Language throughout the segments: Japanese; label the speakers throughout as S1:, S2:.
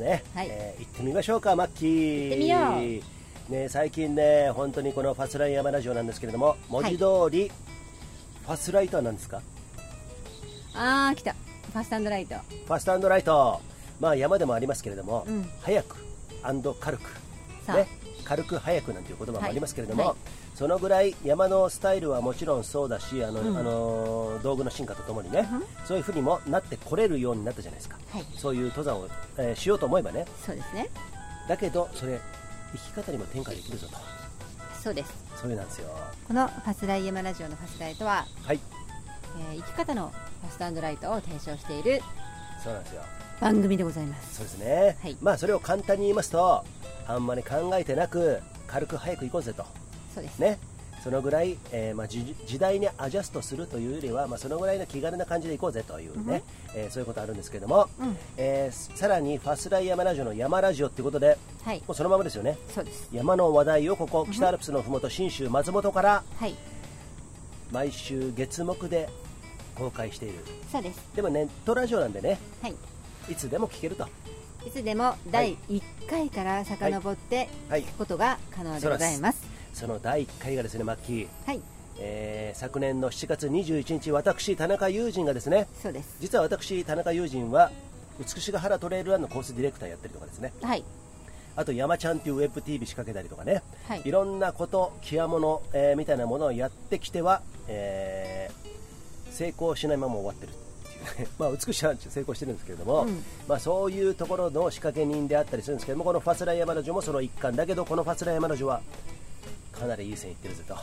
S1: ね、
S2: はい
S1: えー行ってみましょうかマッキー
S2: 行ってみよ
S1: ね、最近ね本当にこのファスライン山ラジオなんですけれども文字通り、ファスライトは何ですか
S2: あー来たファストライト
S1: ファストライトまあ山でもありますけれども、
S2: うん
S1: 早く軽く
S2: さあ
S1: ね、軽く早くなんていう言葉もありますけれども、
S2: はいはい
S1: そのぐらい山のスタイルはもちろんそうだしあの、
S2: うん
S1: あの道具の進化とともにね、そういうふうにもなってこれるようになったじゃないですか、
S2: はい
S1: そういう登山を、えーしようと思えばね
S2: そうですね
S1: だけどそれ生き方にも転換できるぞと
S2: そうです
S1: そういうなんですよ
S2: このファスライヤマラジオのファスライトは、
S1: はい
S2: えー生き方のファストライトを提唱している
S1: そうなんですよ
S2: 番組でございます
S1: そうですね、
S2: はい
S1: まあそれを簡単に言いますとあんまり考えてなく軽く早く行こうぜと
S2: そうです
S1: ねそのぐらい、えーまあ、時時代にアジャストするというよりは、まあ、そのぐらいの気軽な感じで行こうぜというね、えーそういうことあるんですけれども、
S2: うん
S1: えーさらにファスライ山ラジオの山ラジオってことで
S2: はい
S1: もうそのままですよね
S2: そうです
S1: 山の話題をここ北アルプスのふもと信州松本から
S2: はい
S1: 毎週月目で公開している
S2: そうです
S1: でもネットラジオなんでね
S2: はい
S1: いつでも聞けると
S2: いつでも第1回から遡って
S1: はい
S2: 聞くことが可能でございます
S1: その第1回がですねマッキー、
S2: はい
S1: えー昨年の7月21日私田中友人がですね
S2: そうです
S1: 実は私田中友人は美しが原トレイルランのコースディレクターやったりとかですね
S2: はい
S1: あと山ちゃんっていうウェブ TV 仕掛けたりとかね、
S2: はい
S1: ろんなこと極物、えーみたいなものをやってきては、えー成功しないまま終わってるっていうね まあ美しさは成功してるんですけれども、
S2: うん
S1: まあ、そういうところの仕掛け人であったりするんですけどもこのファスライヤマラジオもその一環だけどこのファスライヤマラジオはかなりいい線いってるぜと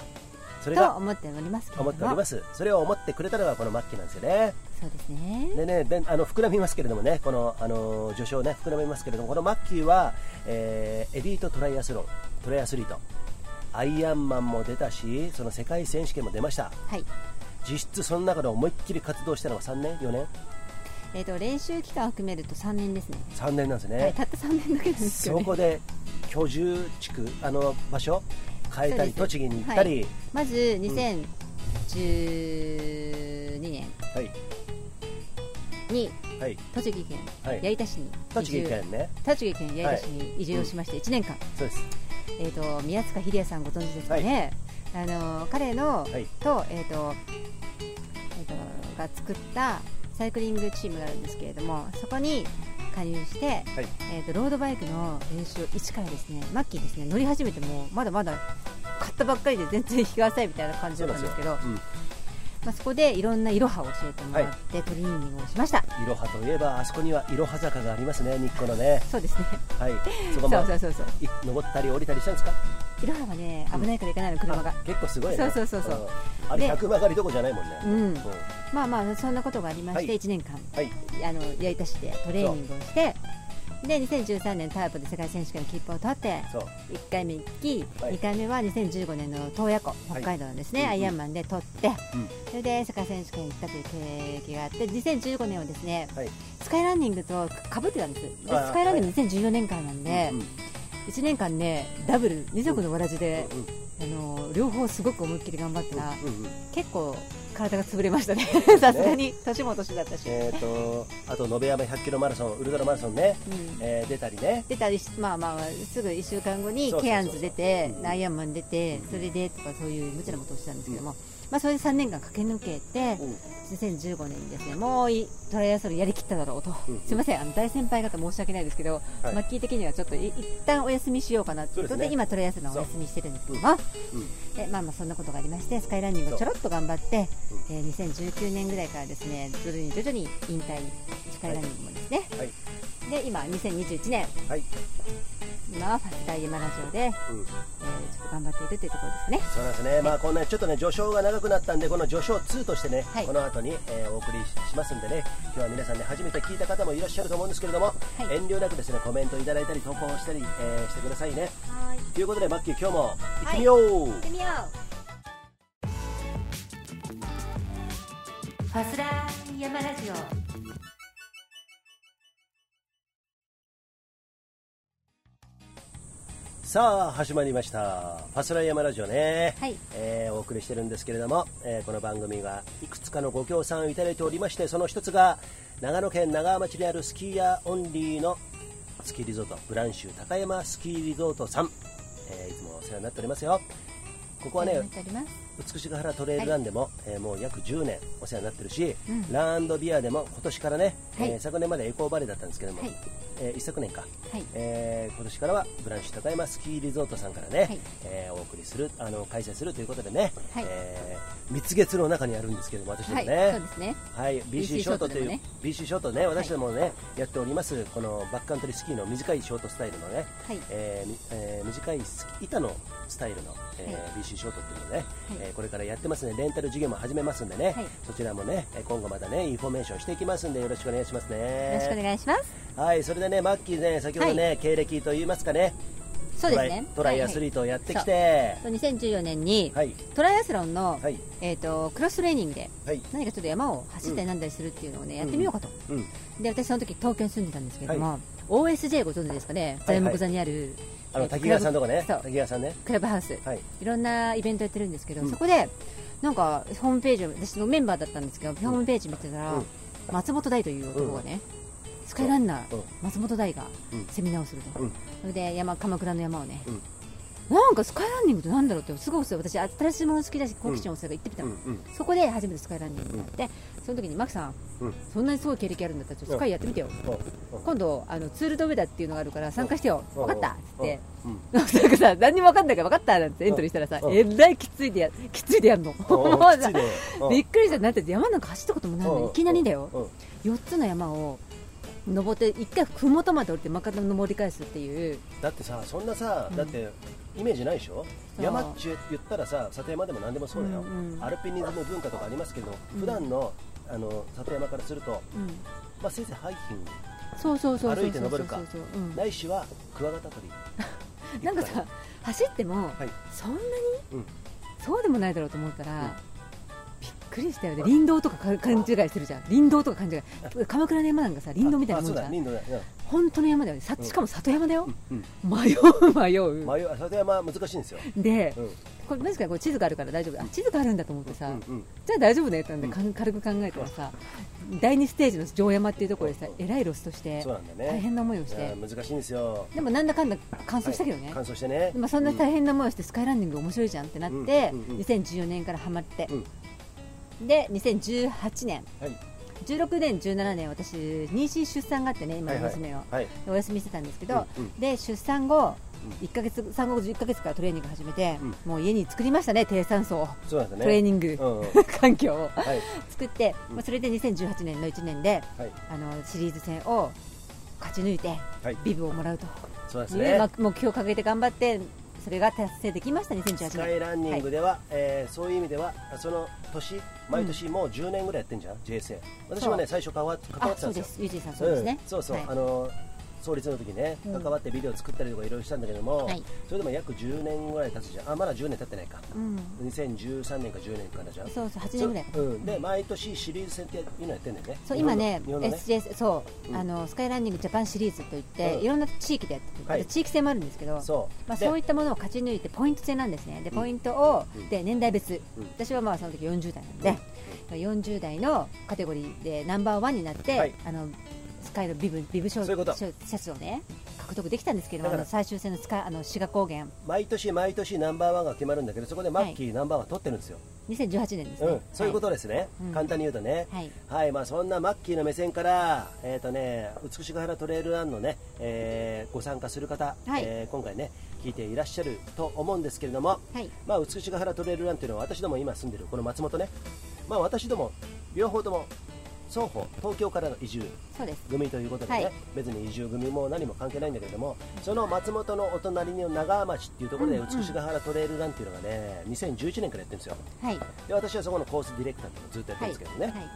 S1: それ
S2: と
S1: が
S2: 思っておりますけれ
S1: 思
S2: ども
S1: っておりますそれを思ってくれたのがこの末期なんですよね
S2: そうですね
S1: でね、べんあの膨らみますけれどもね、この、あの序章ね、膨らみますけれども、このマッキーは、えーエリートトライアスロン、トライアスリート、アイアンマンも出たし、その世界選手権も出ました、
S2: はい
S1: 実質その中で思いっきり活動したのが3年、4年、
S2: えっ、と練習期間を含めると3年ですね
S1: 3年なんですね、
S2: はい、たった3年だけなんですけ
S1: そ
S2: どね
S1: こで居住地区、あの場所、変えたり、
S2: そうです
S1: 栃木に行ったり、
S2: まず
S1: は
S2: 2012年
S1: い、
S2: に
S1: はい、
S2: 栃木県
S1: はい
S2: 矢板市に
S1: 栃
S2: 移
S1: 木
S2: 住
S1: 県ね、
S2: 栃木県矢板市に移住をしまして1年間、
S1: そうです、
S2: えー、と宮塚秀哉さんご存知ですかね、あの彼の、
S1: はい
S2: と,、えーとえーとが作ったサイクリングチームがあるんですけれどもそこに加入して、
S1: はい、
S2: えー、とロードバイクの練習を一からですねマッキーですね乗り始めてもまだまだ買ったばっかりで全然引きが浅いみたいな感じ
S1: そ
S2: だ
S1: う
S2: っ
S1: な
S2: た
S1: ん
S2: ん
S1: で
S2: ですす
S1: よ
S2: けど、
S1: うん
S2: まあ、そこでいろんなイロハを教えてもらってトレーニングをしました、
S1: いろはといえば、あそこにはいろは坂がありますね、日光のね、
S2: そうですね
S1: はい、そこ
S2: そう
S1: も
S2: そうそうそう
S1: い登ったり降りたりしたんですか
S2: いろははね危ないから行かないの車が
S1: あ結構すごいね
S2: そうそうそうそうん
S1: あれ
S2: で
S1: 100曲がりどこじゃないもんね
S2: うん
S1: んは
S2: まあまあそんなことがありまし
S1: は
S2: て
S1: い
S2: 1年間、
S1: い
S2: あの矢板市でトレーニングをしてで2013年タープで世界選手権の切符を取って
S1: そう
S2: 1回目行き、
S1: はい
S2: 2回目は2015年の洞爺湖北海道のですね、
S1: はい
S2: アイアンマンで取って、
S1: うん
S2: それで世界選手権行ったという経歴があって2015年はですね、
S1: はい
S2: スカイランニングとかぶってたんですでス
S1: あー
S2: カイランニング2014年間なんで、
S1: うんうん
S2: 1年間ねダブル二足のわらじで、
S1: うん
S2: あの両方すごく思いっきり頑張ったら、
S1: うんうんうん
S2: 結構体が潰れましたねさすがに年も年だったし、
S1: えっとあと延山100キロマラソンウルトラマラソンね
S2: うん
S1: えー出たりね
S2: 出たりしまあまあまあすぐ1週間後に
S1: そうそうそう
S2: ケアンズ出て
S1: うん
S2: ナイアンマン出て
S1: うん
S2: それでとかそういう無茶なことをしたんですけども、まあ、それで3年間駆け抜けて
S1: うん
S2: 2015年にですねもういいトライアスロンやりきっただろうと、
S1: うん
S2: すいませんあの大先輩方申し訳ないですけど、
S1: はい
S2: マッキー的にはちょっとい一旦お休みしようかなということ
S1: そう
S2: で
S1: ですね
S2: 今トライアスロンお休みしてるんですけども、
S1: うん
S2: でまあまあそんなことがありましてスカイランニングをちょろっと頑張って、えー2019年ぐらいからですね徐々に徐々に引退スカイランニングもですね、
S1: はい
S2: で今2021年
S1: はい
S2: 今はファスタイエマラジオで、えー、ち
S1: うん
S2: ょっと頑張っているというところですかね。
S1: そうなんですねまあこんなちょっとね序章が長くなったんでこの序章2としてね
S2: はい
S1: この後にえーお送りしますんでね今日は皆さんね初めて聞いた方もいらっしゃると思うんですけれども
S2: はい
S1: 遠慮なくですねコメントいただいたり投稿したりえーしてくださいね
S2: はい。行
S1: ということでマッキー今日も行ってみよう
S2: ってみよう。ファスラー山ラジオ。
S1: さあ始まりました「ファスライヤマラジオね」
S2: はい
S1: えーお送りしてるんですけれども、えーこの番組はいくつかのご協賛をいただいておりましてその一つが長野県長和町にあるスキーヤーオンリーのスキーリゾートブランシュ高山スキーリゾートさん、えーいつもお世話になっておりますよここはね
S2: あります。
S1: 美しが原トレイルランでも、えーもう約10年お世話になってるし、
S2: うん
S1: ランドビアでも今年からね、
S2: はい
S1: えー昨年までエコーバレーだったんですけども、
S2: はい
S1: えー一昨年か、
S2: はい
S1: えー今年からはブランシュ高山スキーリゾートさんからね、
S2: はい
S1: えーお送りするあの開催するということでね、
S2: はい
S1: えー蜜月の中にあるんですけども私ども
S2: はい、
S1: ね、
S2: そうですね。
S1: はい、BC ショートという、
S2: ショートでもね
S1: BC ショートね、私どもね、やっております、このバックカントリースキーの短いショートスタイルのね、
S2: はい
S1: えーみえー短いスキ板のスタイルの、えー BC ショートっていうのをね、えーこれからやってますね、レンタル事業も始めますんでね、
S2: はい
S1: そちらもね、えー今後またね、インフォメーションしていきますんで、よろしくお願いします
S2: よろしくお
S1: ね。
S2: 願いします。
S1: はい、それでね、マッキーね、先ほどね、経歴といいますかね、
S2: そうですね。
S1: トライトライアスリートをやってきて、
S2: はいはい。2014年に、
S1: はい、
S2: トライアスロンの、
S1: はい、
S2: えっ、とクロストレーニングで
S1: はい、
S2: 何かちょっと山を走ったりなんだりするっていうのをね、やってみようかと。
S1: うん、
S2: で私その時東京に住んでたんですけれども、
S1: は
S2: OSJ ご存知ですかね。
S1: はい
S2: 材木座にある、
S1: あの、滝川さんとかね、
S2: そう
S1: 滝川さんね、
S2: クラブハウス。
S1: はい、
S2: いろんなイベントやってるんですけど、
S1: うん
S2: そこでなんかホームページを私のメンバーだったんですけど、ホームページ見てたら、
S1: うん
S2: 松本大という男がね、スカイランナー、
S1: うん
S2: 松本大が
S1: うん
S2: セミナーをすると、
S1: うん
S2: それで山鎌倉の山をね、
S1: うん
S2: なんかスカイランニングってなんだろうってすごい私新しいもの好きだし好奇心旺盛が行ってみた
S1: うん、
S2: の、
S1: うん、
S2: そこで初めてスカイランニングになって、その時にマキさん、
S1: うん
S2: そんなにすごい経歴あるんだったらちょっとスカイやってみてよ、
S1: おお
S2: 今度あのツールドベダっていうのがあるから参加してよ、
S1: うん
S2: 分かったっつって、
S1: うんうん
S2: なんかさ何にも分かんないから分かったなんてエントリーしたらさ、
S1: うん
S2: えらいきついでやきついでやんの
S1: おーきついねうん
S2: びっくりしたなんて山なんか走ったこともないのにいきなりだよ
S1: うん
S2: 4つの山を登って一回麓まで降りてまた登り返すっていう
S1: だってさそんなさ、
S2: うん
S1: だってイメージないでしょ
S2: そう
S1: 山って言ったらさ里山でも何でもそうだよ、
S2: うんうん
S1: アルピニズム文化とかありますけど、
S2: うん
S1: 普段のあの里山からすると、
S2: うん
S1: まあ、せいぜいハイキング
S2: そうそうそう
S1: 歩
S2: そうそ
S1: いうて
S2: そう
S1: 登
S2: そう
S1: るか
S2: そううん
S1: ないしはクワガタ取り
S2: なんかさ走っても、
S1: い
S2: そんなに、
S1: うん
S2: そうでもないだろうと思ったら、
S1: うん
S2: びっくりしたよね林道とかか勘違いしてるじゃん林道とか勘違い鎌倉の山なんかさ林道みたいなもんじ
S1: あ
S2: ゃ
S1: そ
S2: ん
S1: うだ林道だ、
S2: 本当の山だよねさ
S1: うん
S2: しかも里山だよ、
S1: うんうん
S2: 迷う迷
S1: う、
S2: うん
S1: 迷う里山は難しいんですよ、
S2: で
S1: うん
S2: これ確かにこれ地図があるから大丈夫あ地図があるんだと思ってさ、
S1: うんうん
S2: じゃあ大丈夫ねってなんで、
S1: うん
S2: かん軽く考えたらさ第2ステージの城山っていうところでさ
S1: うん
S2: えらいロスとして
S1: そうなんだよね
S2: 大変な思いをし
S1: いや
S2: て
S1: 難しいんですよ
S2: でもなんだかんだ完走したけどね、
S1: はい乾燥してね
S2: でもそんな大変な思いをしてスカイランニング面白いじゃんってなって、
S1: うんうんうんうん
S2: 2014年からハマって、で2018年
S1: うんはい
S2: 16年17年私妊娠出産があってね今
S1: は
S2: の
S1: いはい
S2: 娘を、
S1: はい
S2: お休みしてたんですけど、
S1: うんうん
S2: で出産後
S1: う
S2: 1ヶ月産後1ヶ月からトレーニング始めて、
S1: うん
S2: もう家に作りましたね低酸素を、
S1: そうなんだね
S2: トレーニング、
S1: うんうん
S2: 環境を
S1: はい
S2: 作って、
S1: うん
S2: まあ、それで2018年の1年で
S1: はい
S2: あのシリーズ戦を勝ち抜いて
S1: はい
S2: ビブをもらうと
S1: そうです
S2: いう、
S1: ね
S2: まあ目標を掲げて頑張ってそれが達成できました2018年
S1: スカイランニングでは、えーそういう意味ではその年毎年もう10年ぐらいやってんじゃん、JSA 私も
S2: そ
S1: ね
S2: う
S1: 最初関わ関わっ
S2: あ
S1: てた
S2: そ
S1: ん
S2: う
S1: で
S2: です
S1: よ
S2: すユージさんそうですね、
S1: んそうそう、
S2: はい
S1: あの創立の時ね
S2: うん
S1: 関わってビデオ作ったりとかいろいろしたんだけども、
S2: はい
S1: それでも約10年ぐらい経つじゃんあまだ10年経ってないか、
S2: うん、
S1: 2013年か10年からじゃん
S2: そうそう8年ぐらい
S1: そううん、で毎年シリーズ戦っていうのやってんだよね
S2: そう今ね
S1: 日本の日本のね
S2: SJS そう、
S1: うん
S2: あのスカイランニングジャパンシリーズといって、
S1: うん
S2: いろんな地域でやってて、
S1: はい
S2: 地域性もあるんですけど
S1: そう、
S2: まあ、
S1: で
S2: そういったものを勝ち抜いてポイント制なんですねでポイントを、
S1: うん
S2: で年代
S1: う
S2: 別、
S1: ん
S2: 私はまあその時40代なんで、40代のカテゴリーでナンバーワンになって、
S1: はい
S2: あのスカイのビブビブ賞
S1: そういうこと
S2: シャツをね獲得できたんですけど
S1: だから
S2: あの最終戦のスカあの志賀高原
S1: 毎年毎年ナンバーワンが決まるんだけどそこでマッキーナンバーワン取ってるんですよ、
S2: 2018年ですね、
S1: うん、そういうことですね、
S2: うん
S1: 簡単に言うとね、
S2: はい
S1: はいまあ、そんなマッキーの目線から、えーとね、美しが原トレイルランの、ねえーご参加する方、
S2: はい
S1: えー今回ね聞いていらっしゃると思うんですけれども、
S2: はい
S1: まあ、美しが原トレイルランというのは私ども今住んでるこの松本ね、まあ、私ども両方とも双方東京からの移住
S2: そうです
S1: 組ということでね、
S2: はい
S1: 別に移住組も何も関係ないんだけれどもその松本のお隣の長町っていうところで
S2: うんうん
S1: 美しが原トレイルランっていうのがね2011年からやってるんですよ
S2: はい
S1: で私はそこのコースディレクターっていうのをずっとやって
S2: は
S1: る
S2: い
S1: んですけどね、
S2: はい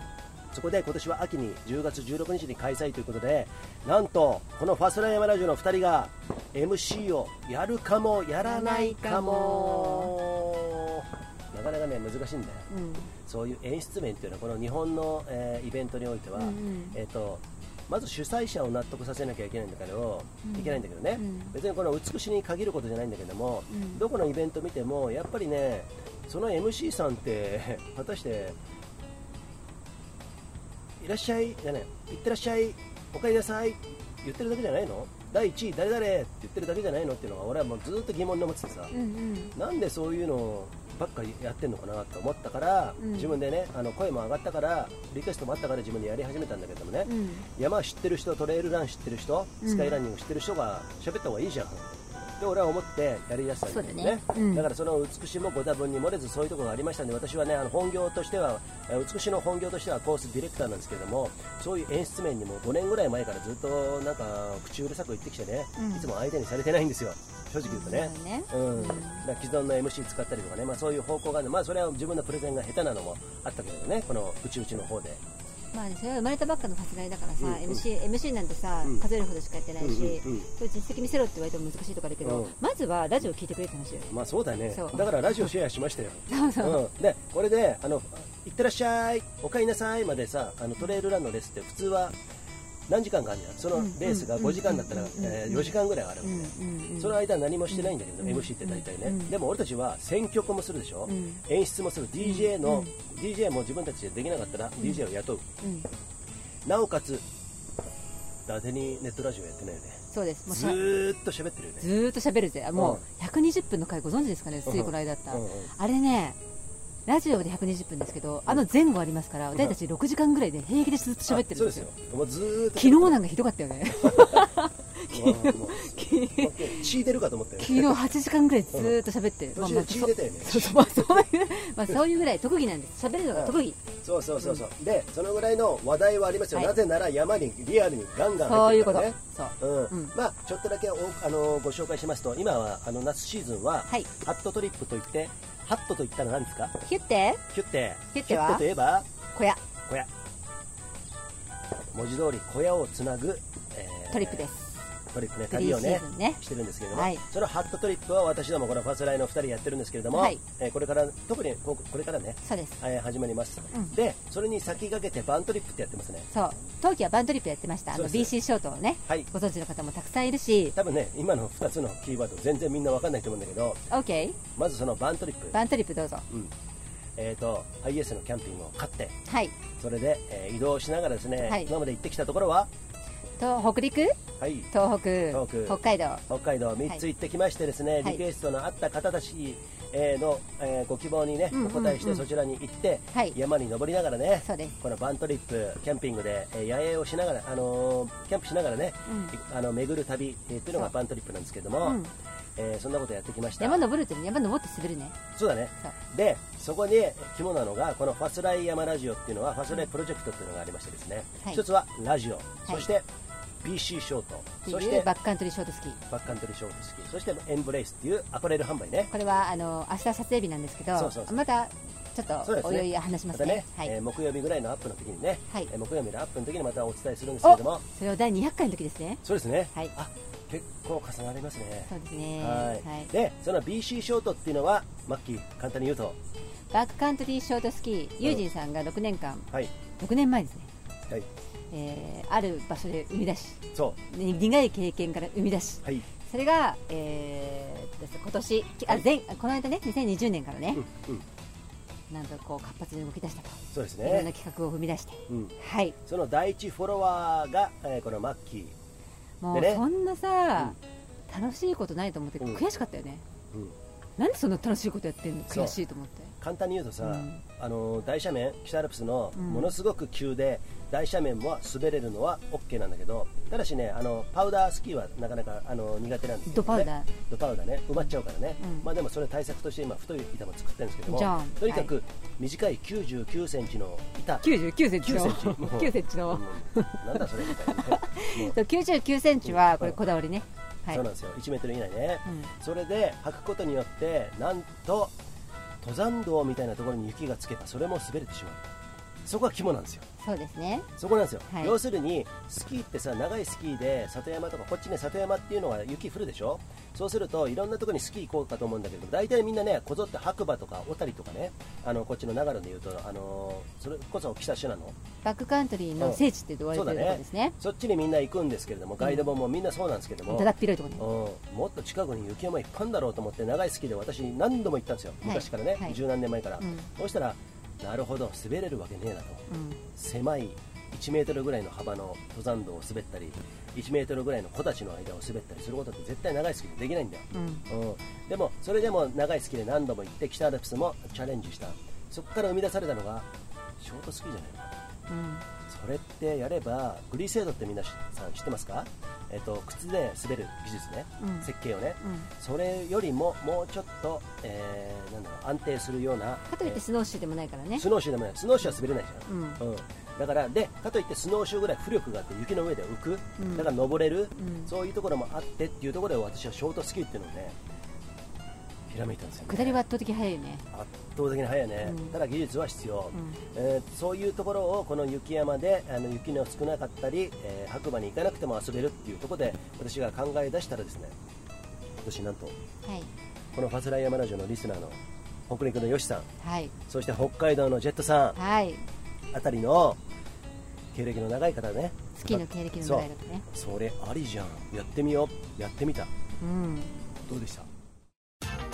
S1: そこで今年は秋に10月16日に開催ということでなんとこのファストライン山ラジオの2人が MC をやるかもやらないかもなかなかね難しいんだよ
S2: うん
S1: そういう演出面っていうのはこの日本の、えーイベントにおいては、
S2: うんうん
S1: えっとまず主催者を納得させなきゃいけないんだけど、
S2: うん
S1: いけないんだけどね、
S2: うん
S1: 別にこの美しに限ることじゃないんだけども、
S2: うん
S1: どこのイベント見てもやっぱりねその MC さんって 果たしていらっしゃいじゃない行ってらっしゃいおかえりなさい言ってるだけじゃないの第1位誰々って言ってるだけじゃないのっていうのが俺はもうずっと疑問に思っててさ、
S2: うんうん
S1: なんでそういうのばっかりやってんのかなと思ったから、
S2: うん
S1: 自分でねあの声も上がったからリクエストもあったから自分でやり始めたんだけどもね、
S2: うん
S1: 山知ってる人トレイルラン知ってる人
S2: うん
S1: スカイランニング知ってる人が喋った方がいいじゃんで俺は思ってやりだしたんだよね
S2: そうだねうん
S1: だからその美しもご多分に漏れずそういうところがありましたんで私はねあの本業としてはえー美しの本業としてはコースディレクターなんですけどもそういう演出面にも5年ぐらい前からずっとなんか口うるさく言ってきてね、
S2: うん
S1: いつも相手にされてないんですよ正直言うとね
S2: そうだね
S1: うん
S2: うん
S1: だから既存の MC 使ったりとかね、まあ、そういう方向があるまあ、それは自分のプレゼンが下手なのもあったけどねこのうちうちの方で
S2: まあね、それは生まれたばっかの発いだからさ、
S1: うんうん
S2: MC, MC なんてさ、
S1: うん
S2: 数えるほどしかやってないし、
S1: うんうんうん
S2: そういう実績見せろって言われても難しいとかあるけど、
S1: うん
S2: まずはラジオ聞いてくれって話よ
S1: まあそうだね
S2: そう
S1: だからラジオシェアしましたよ
S2: そうそう、
S1: うん、でこれであの「いってらっしゃいおかえりなさい」までさあのトレイルランのレースって普通は何時間かあるじゃんそのレースが5時間だったら、
S2: うんうんうん
S1: え4時間ぐらいはある
S2: うんん
S1: で、
S2: うんうん、
S1: その間何もしてないんだけど、
S2: うん
S1: MC って大体ね、
S2: うん
S1: でも俺たちは選曲もするでしょ、
S2: うん
S1: 演出もする DJ の、
S2: うん
S1: DJ も自分たちでできなかったら DJ を雇う、
S2: うん、
S1: なおかつ伊達にネットラジオやってないよね
S2: そうですもうし
S1: ず
S2: ゃ
S1: ーっと喋ってるよね
S2: ずーっと喋るぜあもう120分の回ご存知ですかねついこの間だった、
S1: うんうん
S2: あれねラジオで120分ですけど、あの前後ありますから、私たち6時間ぐらいで平気でずっと喋ってるんですよ
S1: あ、そうですよもうずーっと
S2: 昨日なんかひどかったよね、
S1: もうもう血出るかと思ったよ
S2: 昨日8時間ぐらいずーっと喋ってる、
S1: 途中で血出たよね
S2: そうそうまあそういうまあそういうぐらい特技なんです喋るのが特技、
S1: そうそうそうそう、でそのぐらいの話題はありますよ、
S2: はい
S1: なぜなら山にリアルにガンガン
S2: そう
S1: 入
S2: い
S1: っ
S2: う
S1: て
S2: こ
S1: るか
S2: と、
S1: らね
S2: そう
S1: うん
S2: うん
S1: まあ、ちょっとだけおあのご紹介しますと今はあの夏シーズンは、
S2: はい
S1: ハットトリップといってハットといったら何ですか
S2: ヒュッて
S1: キュッて
S2: キュッては
S1: といえば
S2: 小屋
S1: 小屋文字通り小屋をつなぐ、えー
S2: トリップです、
S1: トリップね
S2: フリ
S1: 旅
S2: ー
S1: を
S2: シー
S1: ね
S2: ズンね
S1: してるんですけどね、
S2: はい
S1: そのハットトリップは私どもこのファーストラインの2人やってるんですけれども、
S2: はい
S1: えーこれから特にここれからね
S2: そうです
S1: えー始まります、
S2: うん
S1: でそれに先駆けてバントリップってやってますね
S2: そう冬季はバンドリップやってましたあの
S1: そうです
S2: BC ショートをね、
S1: はい
S2: ご存知の方もたくさんいるし
S1: 多分ね今の2つのキーワード全然みんなわかんないと思うんだけど
S2: OK
S1: まずそのバントリップ
S2: バントリップどうぞ
S1: うんえー、と IS のキャンピングを買って
S2: はい
S1: それで、えー移動しながらですね、
S2: はい
S1: 今まで行ってきたところは、
S2: 東北陸
S1: はい、
S2: 東
S1: 東
S2: 北
S1: 北
S2: 北海道
S1: 北海道3つ行ってきましてですね、
S2: はい
S1: リクエストのあった方たちえーの、えーご希望にね、
S2: うんうんうん
S1: お答えしてそちらに行って、
S2: はい
S1: 山に登りながらね
S2: そうです
S1: このバントリップキャンピングで、えー野営をしながら、あのーキャンプしながらね、あの巡る旅、えーっていうのが
S2: そう
S1: バントリップなんですけども、
S2: うん
S1: えーそんなことやってきました
S2: 山登るって山登って滑るね
S1: そうだね
S2: そう
S1: でそこに肝なのがこのファスライ山ラジオっていうのはファスライプロジェクトっていうのがありましてですね、
S2: はい
S1: 一つはラジオ、そして BC ショート
S2: って
S1: そし
S2: い
S1: て
S2: うバックカントリーショートスキー
S1: バックカントリーショートスキーそしてエンブレイスっていうアパレル販売ね
S2: これはあの明日撮影日なんですけど
S1: そうそうそう
S2: またち
S1: そ
S2: ょ
S1: う
S2: っ
S1: です
S2: とお
S1: ね
S2: いおい話しま
S1: ますた
S2: ね
S1: ね、
S2: はい、
S1: えー木曜日ぐらいのアップの時にね、
S2: はい
S1: えー木曜日のアップの時にまたお伝えするんですけれど
S2: お
S1: も
S2: それを第200回の時ですね
S1: そうですね、
S2: はい
S1: あ結構重なりますね
S2: そうですね
S1: はい、
S2: はい
S1: でその BC ショートっていうのはマッキー簡単に言うと
S2: バックカントリーショートスキーユージンさんが6年間
S1: はい
S2: 6年前ですね、
S1: はい
S2: えーある場所で生み出し
S1: そ
S2: に苦い経験から生み出し
S1: うはい
S2: それが、えーです今年きあ前この間ね2020年からね
S1: うん、うん
S2: なんとこう活発に動き出したと
S1: そうです
S2: いろんな
S1: ね
S2: 企画を生み出して、
S1: うん
S2: はい
S1: その第一フォロワーが、えーこのマッキー
S2: もう
S1: でね
S2: そんなさ、楽しいことないと思って
S1: うん
S2: 悔しかったよね、
S1: うん
S2: なんでそんな楽しいことやってんの
S1: そう
S2: 悔しいと思って
S1: 簡単に言うとさ、
S2: うん
S1: あの大斜面北アルプスの
S2: うん
S1: ものすごく急で、大斜面は滑れるのは OK なんだけどただしねあのパウダースキーはなかなかあの苦手なんですけど、ね、
S2: ドパウダー
S1: ドパウダーね埋まっちゃうからね、
S2: うん
S1: まあでもそれ対策として今太い板も作ってるんですけど
S2: じゃあ
S1: もとにか
S2: は
S1: く短い9 9センチの板
S2: 99センチ
S1: 9
S2: の
S1: センチもう
S2: 9センチの
S1: うんなんだそれみたいなねもう
S2: そう99センチはこれ
S1: うん
S2: こだわりね、はい
S1: そうなんですよ1メートル以内ね、
S2: うん
S1: それで履くことによってなんと登山道みたいなところに雪がつけばそれも滑れてしまうそこが肝なんですよ
S2: そうですね
S1: そこなんですよ、
S2: はい
S1: 要するにスキーってさ長いスキーで里山とかこっちね里山っていうのが雪降るでしょそうするといろんなところにスキー行こうかと思うんだけど大体みんなねこぞって白馬とか小谷とかねあのこっちの長野でいうとあのそれこそ北信濃
S2: バックカントリーの聖地って言われてるところですね
S1: そっちにみんな行くんですけれどもガイド本もみんなそうなんですけども、
S2: だだっ広いところね
S1: うん、もっと近くに雪山いっぱいあるんだろうと思って長いスキーで私何度も行ったんですよ
S2: い
S1: 昔からね、
S2: はい
S1: 十何年前から、
S2: うん
S1: そうしたらなるほど滑れるわけねえなと
S2: うん
S1: 狭い1メートルぐらいの幅の登山道を滑ったり1メートルぐらいの木たちの間を滑ったりすることって絶対長いスキルできないんだよ、
S2: うん
S1: うん、でもそれでも長いスキーで何度も行って北アルプスもチャレンジしたそこから生み出されたのがショートスキーじゃないのかな
S2: うん
S1: それってやればグリーセードって皆さん知ってますか、えっと靴で滑る技術ね、
S2: うん
S1: 設計をね、
S2: うん
S1: それよりももうちょっと、えーなんだろう安定するような
S2: かといってスノーシューでもないからね
S1: スノーシューでもないスノーシューは滑れないじゃん、
S2: う
S1: うんだからでかといってスノーシューぐらい浮力があって雪の上で浮く、
S2: うん
S1: だから登れる、
S2: うん
S1: そういうところもあってっていうところで私はショートスキーっていうのをねひらめいたんですよ、ね、
S2: 下りは圧倒的に速いよね
S1: 圧倒的に速いね、
S2: うん
S1: ただ技術は必要、
S2: うん
S1: えーそういうところをこの雪山であの雪の少なかったり、えー白馬に行かなくても遊べるっていうところで私が考え出したらですね今年なんと
S2: はい
S1: このファスライヤマラジオのリスナーの北陸のヨシさん
S2: はい
S1: そして北海道のジェットさん
S2: はい
S1: あたりの経歴の長い方ね
S2: スキーの経歴の長い方ね
S1: そうそれありじゃんやってみようやってみた
S2: うん
S1: どうでした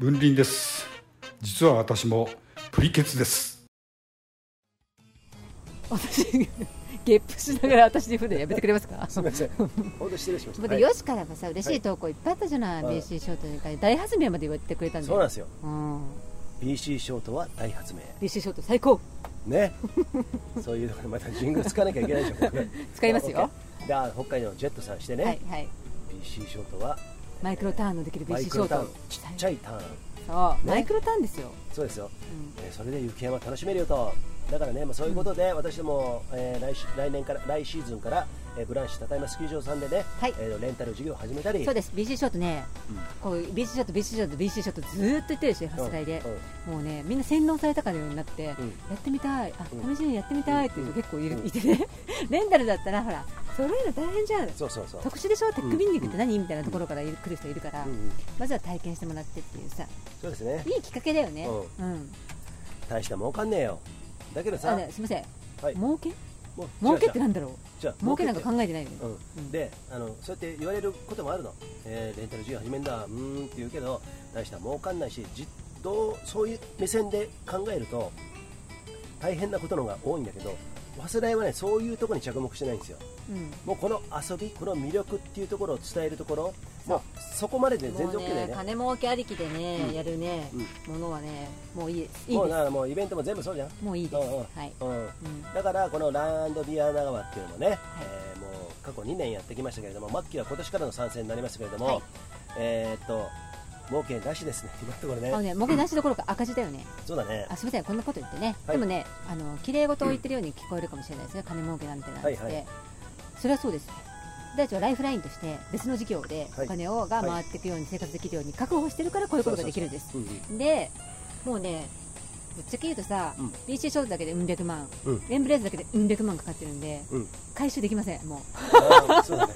S3: 文林です実は私もプリケツです
S2: 私ゲップしながら私に振るのやめてくれますか
S1: すみま せん本当失礼しました、
S2: まで
S1: はい
S2: よしからもさ嬉しい投稿いっぱいあったじゃない、
S1: はい
S2: BC ショートの会大発明まで言ってくれたんだ
S1: そうなん
S2: よ
S1: ですよ
S2: うん、
S1: BC ショートは大発明
S2: BC ショート最高
S1: ね そういうところでまたジングル使わなきゃいけないでしょこれ
S2: 使いま すよ
S1: OK じゃあ北海道のジェットさんしてね、
S2: はいはい
S1: BC ショートは
S2: マイクロターンのできる
S1: マ
S2: BC
S1: イ
S2: シ
S1: ク
S2: ョ
S1: ロ
S2: ー
S1: ターン
S2: ト
S1: ちっちゃいターン
S2: そう、
S1: ね
S2: マイクロターンですよ、
S1: そうですよ、
S2: うん
S1: えーそれで雪山楽しめるよとだからね、まあ、そういうことで、私ども、えー来し来年から来シーズンから、えーブランシュ高山スキー場さんでね、
S2: はい
S1: えーレンタル事業を始めたり
S2: そうです BC ショートね、こう BC ショート BC ショート BC ショートずーっと言ってるでしょ発売で、もうねみんな洗脳されたかのようになって、
S1: うん
S2: やってみたいあ
S1: うん
S2: 試しにやってみたいっていう
S1: う
S2: 人
S1: ん
S2: 結構いる、いてね レンタルだったらほら揃えるの大変じゃん
S1: そうそうそう
S2: 特殊でしょテックビンディングって何、みたいなところからいる来る人いるから、
S1: うんうん
S2: まずは体験してもらってっていうさ
S1: そうですね
S2: いいきっかけだよね、
S1: う
S2: うん
S1: 大した儲かんねえよだけど
S2: あ
S1: さ
S2: ねすみません
S1: はい
S2: 儲け
S1: もう
S2: 儲けって
S1: 違う
S2: なんだろ
S1: 違う
S2: う儲けなんか考えてないよね、
S1: うん、であのそうやって言われることもあるの、えーレンタル事業始めんだうーんって言うけど大した儲かんないしじどうそういう目線で考えると大変なことの方が多いんだけど早稲田はねそういうところに着目してないんですよ
S2: うん
S1: もうこの遊びこの魅力っていうところを伝えるところもうそこまでで全然 OK だよね
S2: 金儲けありきでね、
S1: うん
S2: やるね、ものはねもういいですいい
S1: もう
S2: で
S1: だからもうイベントも全部そうじゃん
S2: すもういいです、
S1: うんうん
S2: はい、
S1: うん
S2: うん
S1: だからこのランドビア長川っていうのもね、えーもう過去2年やってきましたけれども、末期は今年からの参戦になりますけれども、
S2: はい
S1: えーっと儲けなしですね、今のところ
S2: あの
S1: ね、
S2: ね、儲けなしどころか赤字だよね、
S1: そうだね
S2: あ、すみません、こんなこと言ってね、
S1: はい
S2: でもね、あの綺麗事を言ってるように聞こえるかもしれないですね、金儲けなんてなんて、
S1: はいはい
S2: それはそうです、大地はライフラインとして、別の事業で
S1: はい
S2: お金をが回っていくように、生活できるように確保してるから、こういうことができるんです、
S1: そうそうそう
S2: でもうね、ぶっちゃけ言うとさ、
S1: うん
S2: BC ショートだけでうん百万、
S1: うんうん
S2: エンブレーズだけでうん百万かかってるんで、
S1: うん
S2: 回収できません、もう。
S1: あーそうだね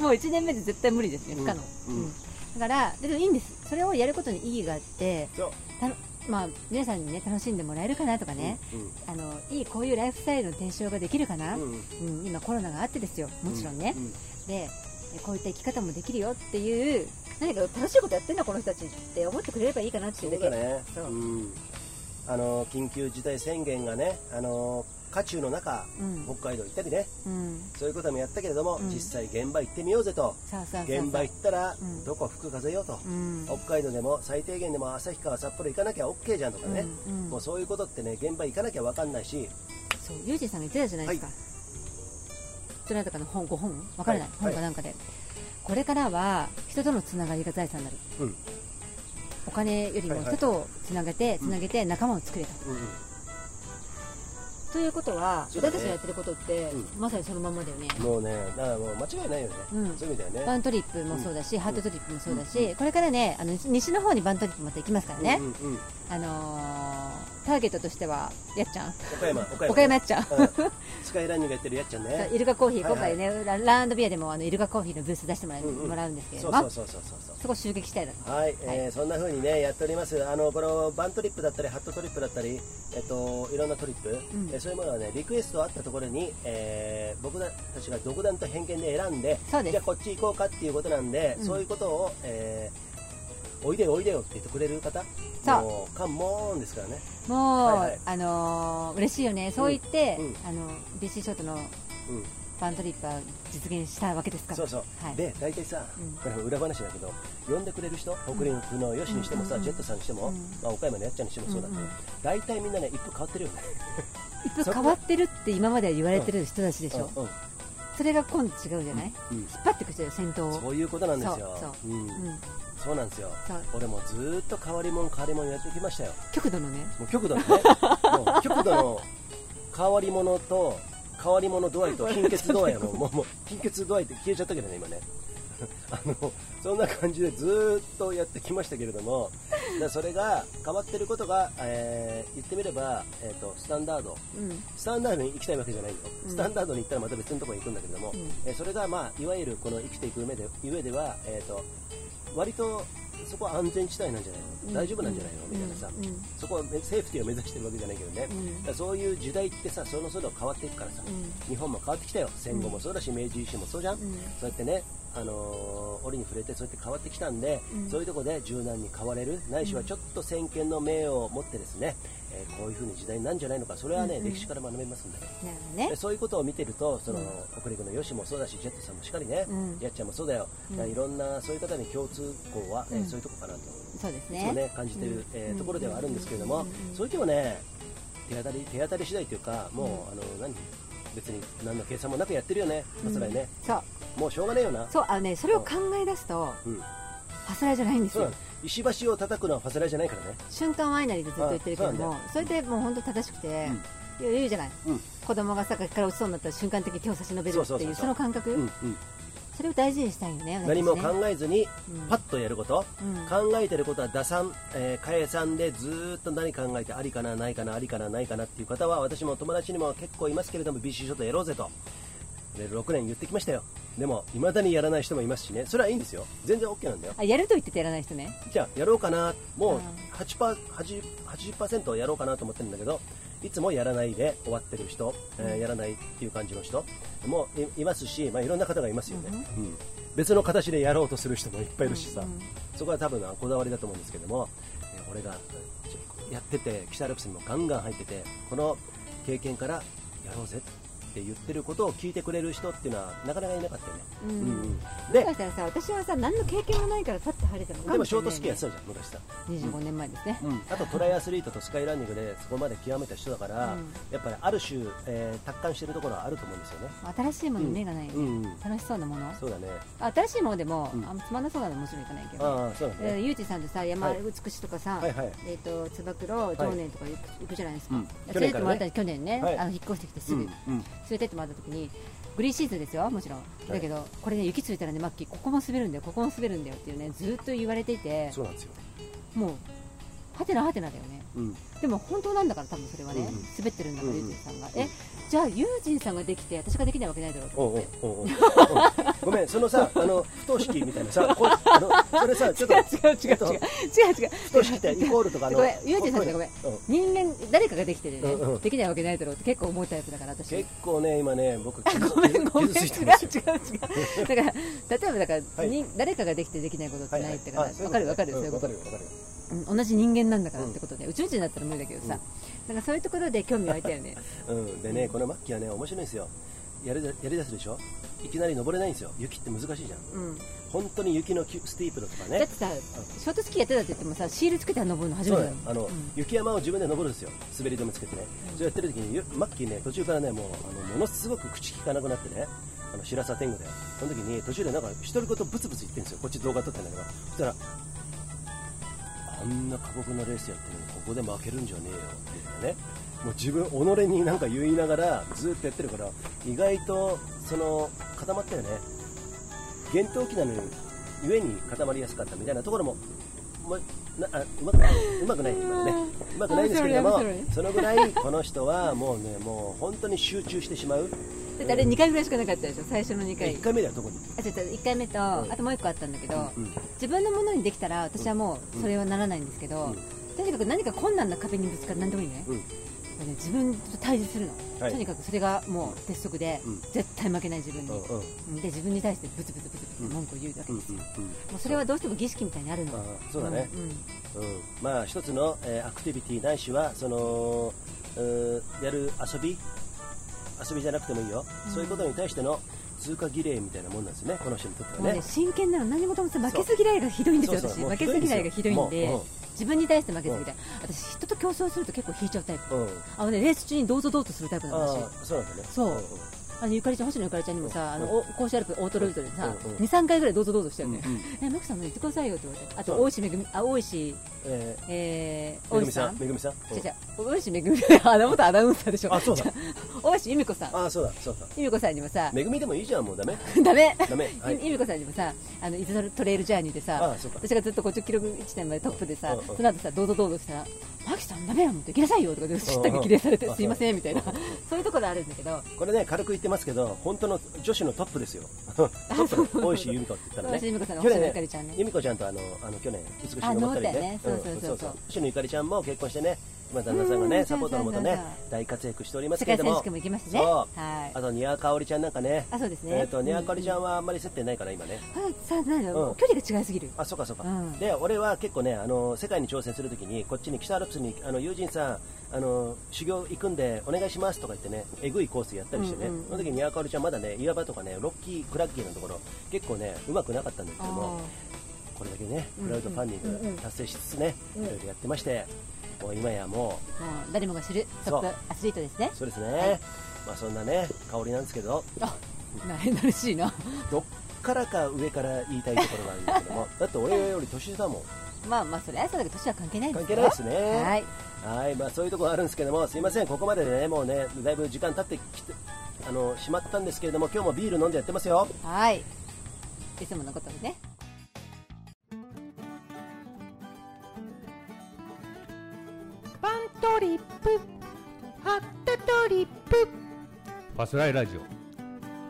S2: もう1年目で絶対無理ですね、
S1: うん
S2: 不可能。
S1: うん
S2: うんだから、でもいいんです、それをやることに意義があって、
S1: そう
S2: たのまあ、皆さんに、ね、楽しんでもらえるかなとか ね、
S1: う
S2: あの、いいこういうライフスタイルの提唱ができるかな、
S1: ん
S2: う
S1: うんんうん
S2: 今、コロナがあってですよ、もちろんね、
S1: う
S2: で、こういった生き方もできるよっていう、何か楽しいことやってんだ、この人たちって思ってくれればいいかなっていうだ
S1: そうだ
S2: け、
S1: ね
S2: そう
S1: うんあの緊急事態宣言がねあの渦中の中、
S2: うん
S1: 北海道行ったりね
S2: うん、
S1: そういうこともやったけれども、
S2: うん
S1: 実際現場行ってみようぜと
S2: さあさあさあさあ
S1: 現場行ったら、
S2: うん
S1: どこ吹く風よと、
S2: うん、
S1: 北海道でも最低限でも旭川、札幌行かなきゃ OK じゃんとかね、
S2: うんうん
S1: もうそういうことってね現場行かなきゃ分かんないし、
S2: そうユージさんが言ってたじゃないですか、どなたかの本5本わからない、
S1: はい
S2: 本かなんかで、これからは人とのつながりが財産になる
S1: うん
S2: お金より
S1: は
S2: も
S1: いはい
S2: 人とつなげて、つなげて仲間を作れた、ということは、
S1: そうだね
S2: 私たちがやってることって、
S1: う
S2: まさにそのままだよね、
S1: もうねだからもう間違いないよね、
S2: うん
S1: そういう意味だよ
S2: バ
S1: ね。
S2: ントリップもそうだし、ハートトリップもそうだし、これからねあの西の方にバントリップまた行きますからね、
S1: うんうんうん
S2: あのーターゲットとしてはやっちゃん
S1: 岡山、岡山
S2: 岡山やっちゃん
S1: うんスカイランニングやってるやっちゃんね。
S2: イルカコーヒー、
S1: はいはい
S2: 今回ねラランドビアでもあのイルカコーヒーのブース出してもら,、う
S1: うんうん
S2: もらうんですけれ
S1: そ
S2: ど
S1: う
S2: も
S1: そうそうそうそうそう。
S2: そこ襲撃したいなと
S1: はい、えーそんな風にねやっております。あのこのバントリップだったりハットトリップだったり、えっといろんなトリップ、
S2: ん
S1: えーそういうものはねリクエストあったところに、えー僕たちが独断と偏見で選んで、
S2: そうです
S1: じゃあこっち行こうかっていうことなんで、
S2: うん
S1: そういうことを、えーおいでよおいでよって言ってくれる方
S2: そう
S1: もうカンモーンですからね、
S2: もう、
S1: はいはい
S2: あのー嬉しいよね、そう言って、
S1: うんうん
S2: あの BC ショートの
S1: うん、
S2: バントリップは実現したわけですから、
S1: そうそう、
S2: はい
S1: で大体さ、
S2: うん
S1: これ裏話だけど呼んでくれる人北陸のよしにしてもさ、
S2: うん
S1: ジェットさんにしても、
S2: うん
S1: まあ、岡山のやっちゃんにしてもそうだけど、
S2: うんうん
S1: 大体みんなね一歩変わってるよね
S2: 一風変わってるって今までは言われてる人たちでしょ、
S1: うんうん
S2: それが今度違うじゃない、
S1: うん
S2: 引っ張ってく人よ、先頭を。
S1: そういうことなんですよ
S2: そう
S1: うん
S2: うん
S1: そうなんですよ
S2: そう
S1: 俺もずーっと変わりもん変わりもんやってきましたよ
S2: 極度のね、
S1: もう極度のね もう極度の変わり者と変わり者度合いと貧血度合い やもうもうもう貧血度合いって消えちゃったけどね今ね あのそんな感じでずーっとやってきましたけれどもだからそれが変わってることが、えー言ってみれば、えー、とスタンダード
S2: うん、
S1: スタンダードに行きたいわけじゃないよ、
S2: うん
S1: スタンダードに行ったらまた別のところに行くんだけれども、
S2: うん
S1: えーそれが、まあ、いわゆるこの生きていく上で上では、えー、と割とそこは安全地帯なんじゃないの、大丈夫なんじゃないのみたいなさ、
S2: うんうん
S1: そこはめセーフティーを目指してるわけじゃないけどね、
S2: うん
S1: だからそういう時代ってさその都度変わっていくからさ、
S2: うん
S1: 日本も変わってきたよ戦後もそうだし、明治維新もそうじゃん、
S2: うん
S1: そうやってね、あのー折に触れてそうやって変わってきたんで、
S2: うん
S1: そういうとこで柔軟に変われるないしはちょっと先見の明を持ってですね、えーこういう風に時代になるんじゃないのかそれはね、
S2: うんうん
S1: 歴史から学べますんでね
S2: なるほどね
S1: で、そういうことを見てるとその、
S2: うん
S1: 北陸のよしもそうだしジェットさんもしっかりね、
S2: うん
S1: やっちゃんもそうだよ、
S2: うん
S1: だからいろんなそういう方に共通項は、えー
S2: うん
S1: そういうとこかなと
S2: そうです
S1: いつも
S2: ね
S1: ね感じてる、
S2: うん
S1: えーところではあるんですけれども、
S2: うんうん
S1: そういう時もね手当たり手当たり次第というかもう、あ
S2: う
S1: の何別に何の計算もなくやってるよねファスライね、
S2: そう
S1: もうしょうがないよな
S2: そうあのねそれを考え出すと
S1: うん、
S2: ファスライじゃないんです
S1: そうな
S2: よ
S1: の石橋を叩くのはファスライじゃないからね
S2: 瞬間ワイナリーでずっと言ってるけども
S1: あ
S2: それでもう本当正しくて、いや言うじゃない、
S1: うん
S2: 子供が坂から落ちそうになったら瞬間的に手を差し伸べるっていう
S1: そ
S2: そう
S1: そうそうそう
S2: の感覚、
S1: うんうん
S2: それを大事にしたいよね
S1: 何も
S2: 私ね
S1: 考えずに
S2: うん
S1: パッとやること、
S2: うん
S1: 考えてることは打算、えー、加え算でずーっと何考えてありかなないかなありかなないかなっていう方は私も友達にも結構いますけれども BC ショットやろうぜとで6年言ってきましたよでも未だにやらない人もいますしねそれはいいんですよ全然 OK なんだよ
S2: あやると言っててやらない人ね
S1: じゃあやろうかなもう
S2: う
S1: ん 8%, 80 80%やろうかなと思ってるんだけどいつもやらないで終わってる人、えー
S2: うん
S1: やらないっていう感じの人もいいますし、まあ、いろんな方がいますよね、
S2: う
S1: うん別の形でやろうとする人もいっぱいいるしさ、
S2: うんうん
S1: そこは多分なこだわりだと思うんですけども、えー俺がちょやってて北アルプスにもガンガン入っててこの経験からやろうぜって言ってることを聞いてくれる人っていうのはなかなかいなかったよね、
S2: うん
S1: うんうん
S2: も
S1: で
S2: しかしたらさ私はさ何の経験もないからパッと入れたのかもしれない、ね、
S1: でもショートスキーやってたじゃん昔さ
S2: 25年前ですね、
S1: あとトライアスリートとスカイランニングでそこまで極めた人だから、
S2: うん
S1: やっぱりある種、えー達観してるところはあると思うんですよね。
S2: 新しいものに目がない、
S1: うん、うん
S2: 楽しそうなもの
S1: そうだね。
S2: 新しいものでも、
S1: うん
S2: あんまつまんなそうなのもちろんいかないけど、
S1: ああ、そうだ
S2: えー
S1: ね。
S2: ゆうちさんとさ山
S1: はい
S2: 美しとかさ、
S1: はいはい
S2: えっ、とつば九郎常年とか行く,、行くじゃないですか、
S1: うん
S2: 連れてってもらった去年ね、
S1: はい
S2: あの引っ越してきてすぐ、連
S1: うん
S2: れてってもらった時にグリーンシーズンですよもちろんだけど、これね雪ついたらねマッキーここも滑るんだよここも滑るんだよっていうねずっと言われていて
S1: そうなんですよ。
S2: もうはてなはてなだよね
S1: うん、
S2: でも本当なんだから多分それはね、
S1: うんうん
S2: 滑ってるんだから、
S1: うんうん
S2: ゆうじさんが、
S1: う
S2: え
S1: ん
S2: じゃあゆうじさんができて私ができないわけないだろうと
S1: おう
S2: 思
S1: お
S2: っ
S1: う
S2: て
S1: おうおううんごめん、そのさ、あの不等式みたいなさ、こうあのそれさ、ちょっと
S2: 違う違う違う違う違
S1: えっと
S2: う違う
S1: 不等式ってイコールとかの。
S2: ごめんゆうちさんってごめん
S1: う
S2: 人間誰かができてるよね、
S1: うんうん
S2: できないわけないだろうって結構思うタイプだから私
S1: 結構ね、今ね、僕
S2: ごめんごめん違う違う
S1: 傷ついて
S2: 違う
S1: ます よ。
S2: だから例えばだから、
S1: はい
S2: に誰かができてできないことってないってから、
S1: あそういう
S2: わ
S1: こと
S2: かる
S1: ね
S2: わか
S1: うんわか
S2: るそういうこと
S1: るよ、わかるよ。
S2: うん同じ人間なんだからってことで、宇宙人だったら無理だけどさ、なんかそういうところで興味湧いたよね
S1: うん、でね、このマッキーはね、面白いんですよ。やるやりだすでしょいきなり登れないんですよ。雪って難しいじゃん。
S2: うん
S1: 本当に雪のキュスティープルとか
S2: だ
S1: ね
S2: って。さショートスキーやってたって言ってもさシールつけて登るの初
S1: そ
S2: め
S1: う
S2: て
S1: な
S2: だ
S1: の
S2: もん
S1: あの、
S2: うん
S1: 雪山を自分で登るんですよ、滑り止めつけてね、それやってる時にゆマッキーね、途中からね、もうあのものすごく口きかなくなってね、あの白沢天狗で、その時に途中でなんか、独り言ブツブツ言ってるんですよ、こっち動画撮ってんだけど、そしたら、あんな過酷なレースやってるのに、ここで負けるんじゃねえよって言ってね、もう自分、己になんか言いながら、ずっとやってるから、意外とその固まったよね、厳冬期なのに、ゆえに固まりやすかったみたいなところも、まなあうまくない、うまくないね、今のね、うまくないですけれども
S2: 面白い面白、
S1: そのぐらいこの人はもうね、もう本当に集中してしまう、
S2: だってあれ2回ぐらいしかなかったでしょ最初の2回
S1: 1回目ではどこに
S2: あ違う違う1回目と、
S1: ん
S2: あともう1個あったんだけど、
S1: うん
S2: 自分のものにできたら私はもうそれはならないんですけど、
S1: うん
S2: とにかく何か困難な壁にぶつかる何でもいいね、
S1: うん
S2: もうね自分と対峙するの、
S1: はい
S2: とにかくそれがもう鉄則で、
S1: うん
S2: 絶対負けない自分に、
S1: うんうん
S2: で自分に対してブツブツブツブツ文句を言うわけ
S1: うんうん
S2: ですよ、
S1: うん
S2: もうそれはどうしても儀式みたいにあるの
S1: あーそうだね
S2: んうん
S1: うんまあ一つの、えーアクティビティないしはそのうーやる遊び遊びじゃなくてもいいよ、そういうことに対しての通過儀礼みたいなもんなんですねこの人にとっては
S2: もうね
S1: ね
S2: 真剣なの何事もさ負けず嫌いがひどいんですよ
S1: そうそう
S2: 私
S1: もう
S2: 負
S1: ひ
S2: け
S1: ど
S2: ず
S1: いんですよ
S2: 嫌いがひどいんで、
S1: もううん
S2: 自分に対して負けず嫌い、私人と競争すると結構引いちゃうタイプ、
S1: うん
S2: あのねレース中にどうぞどうぞするタイプな
S1: あ
S2: の
S1: あそうなんだね
S2: そうん
S1: ん
S2: 私あのゆかりちゃん星野ゆかりちゃんにもさ、あのお甲子アルプオートルートでさ、
S1: うんうん
S2: 二三23回ぐらいどうぞどうぞしてるね、
S1: うんうん
S2: えマキさんも言ってくださいよって言われてあ
S1: そう
S2: と大石めぐみあ大石
S1: え
S2: えー、
S1: ー、め
S2: 大
S1: ぐみ
S2: 石
S1: さ
S2: さ
S1: ん
S2: ん
S1: めぐみさんうん
S2: 違う違う大石めぐみ あなたアナウンサーでしょ
S1: あそうだ
S2: 違大石由美子さん
S1: ああそうだそうだ
S2: 由美子さんにもさ
S1: めぐみでもいいじゃんもうダメ
S2: ダメ
S1: ダ メはい
S2: ゆみこさんにもさあのイズナルトレイルジャーニーでさ
S1: あそうか
S2: 私がずっと50キロ地点までトップでさ
S1: うんうん
S2: その後さどうぞどうぞしたら「マキさんダメやもん」って「行きなさいよ」とかで知った激励されて
S1: うんうん
S2: 「すいません」みたいな
S1: うんうん
S2: そういうところあるんだけど
S1: これね軽く言ってますけど本当の女子のトップですよトップ大石由美子って言ったら
S2: 大
S1: ね
S2: 石由美子さんの
S1: 去年
S2: 星野
S1: ね
S2: ゆかりちゃんね
S1: 由美子ちゃんとあのあの去年美しい
S2: あ
S1: のったりね
S2: 登ったよね
S1: ん
S2: そうそうそうそう
S1: 星野ゆかりちゃんも結婚してね今旦那さんがね
S2: うん
S1: サポートのもと
S2: そう
S1: ね
S2: そうそう
S1: 大活躍しております
S2: 世
S1: けれ
S2: 界
S1: ど
S2: 選
S1: も
S2: 手権も行きましたね
S1: そう
S2: はい
S1: あとニアカオリちゃんなんかね
S2: あそうですね
S1: えっとニアカオリちゃん
S2: は
S1: はあんまり接点ないから今ね
S2: さなんだろ
S1: うん
S2: う距離が違いすぎる
S1: あそうかそうか、
S2: うん
S1: で俺は結構ねあの世界に挑戦するときにこっちに北アルプスにあの友人さんあの修行行くんでお願いしますとか言ってねえぐいコースやったりしてね、
S2: うんうんうん
S1: その時にアカオルちゃんまだね岩場とかねロッキークラッキーのところ結構ねうまくなかったんだけどもこれだけねクラウドファンディ
S2: うんうんうん
S1: ン
S2: うん
S1: グ達成しつつね、
S2: うん
S1: いろいろやってましてもう今やも
S2: あーもう誰もが知るト
S1: そう
S2: ップアスリートですね
S1: うそうですね、
S2: い
S1: まあそんなね香りなんですけど
S2: あ なれなれしいな
S1: どっからか上から言いたいところがあるんですけど もだって俺より年下だもん
S2: まあまあそれ朝だけ年は関係ないです
S1: 関
S2: よ
S1: 係ないですね
S2: はい
S1: はい、まあ、そういうところあるんですけども、すいません、ここまででね、もうね、だいぶ時間経ってきて、あの、しまったんですけれども、今日もビール飲んでやってますよ。
S2: はいいつものことでね
S4: パントリップハットトリップ
S5: バスライラジオ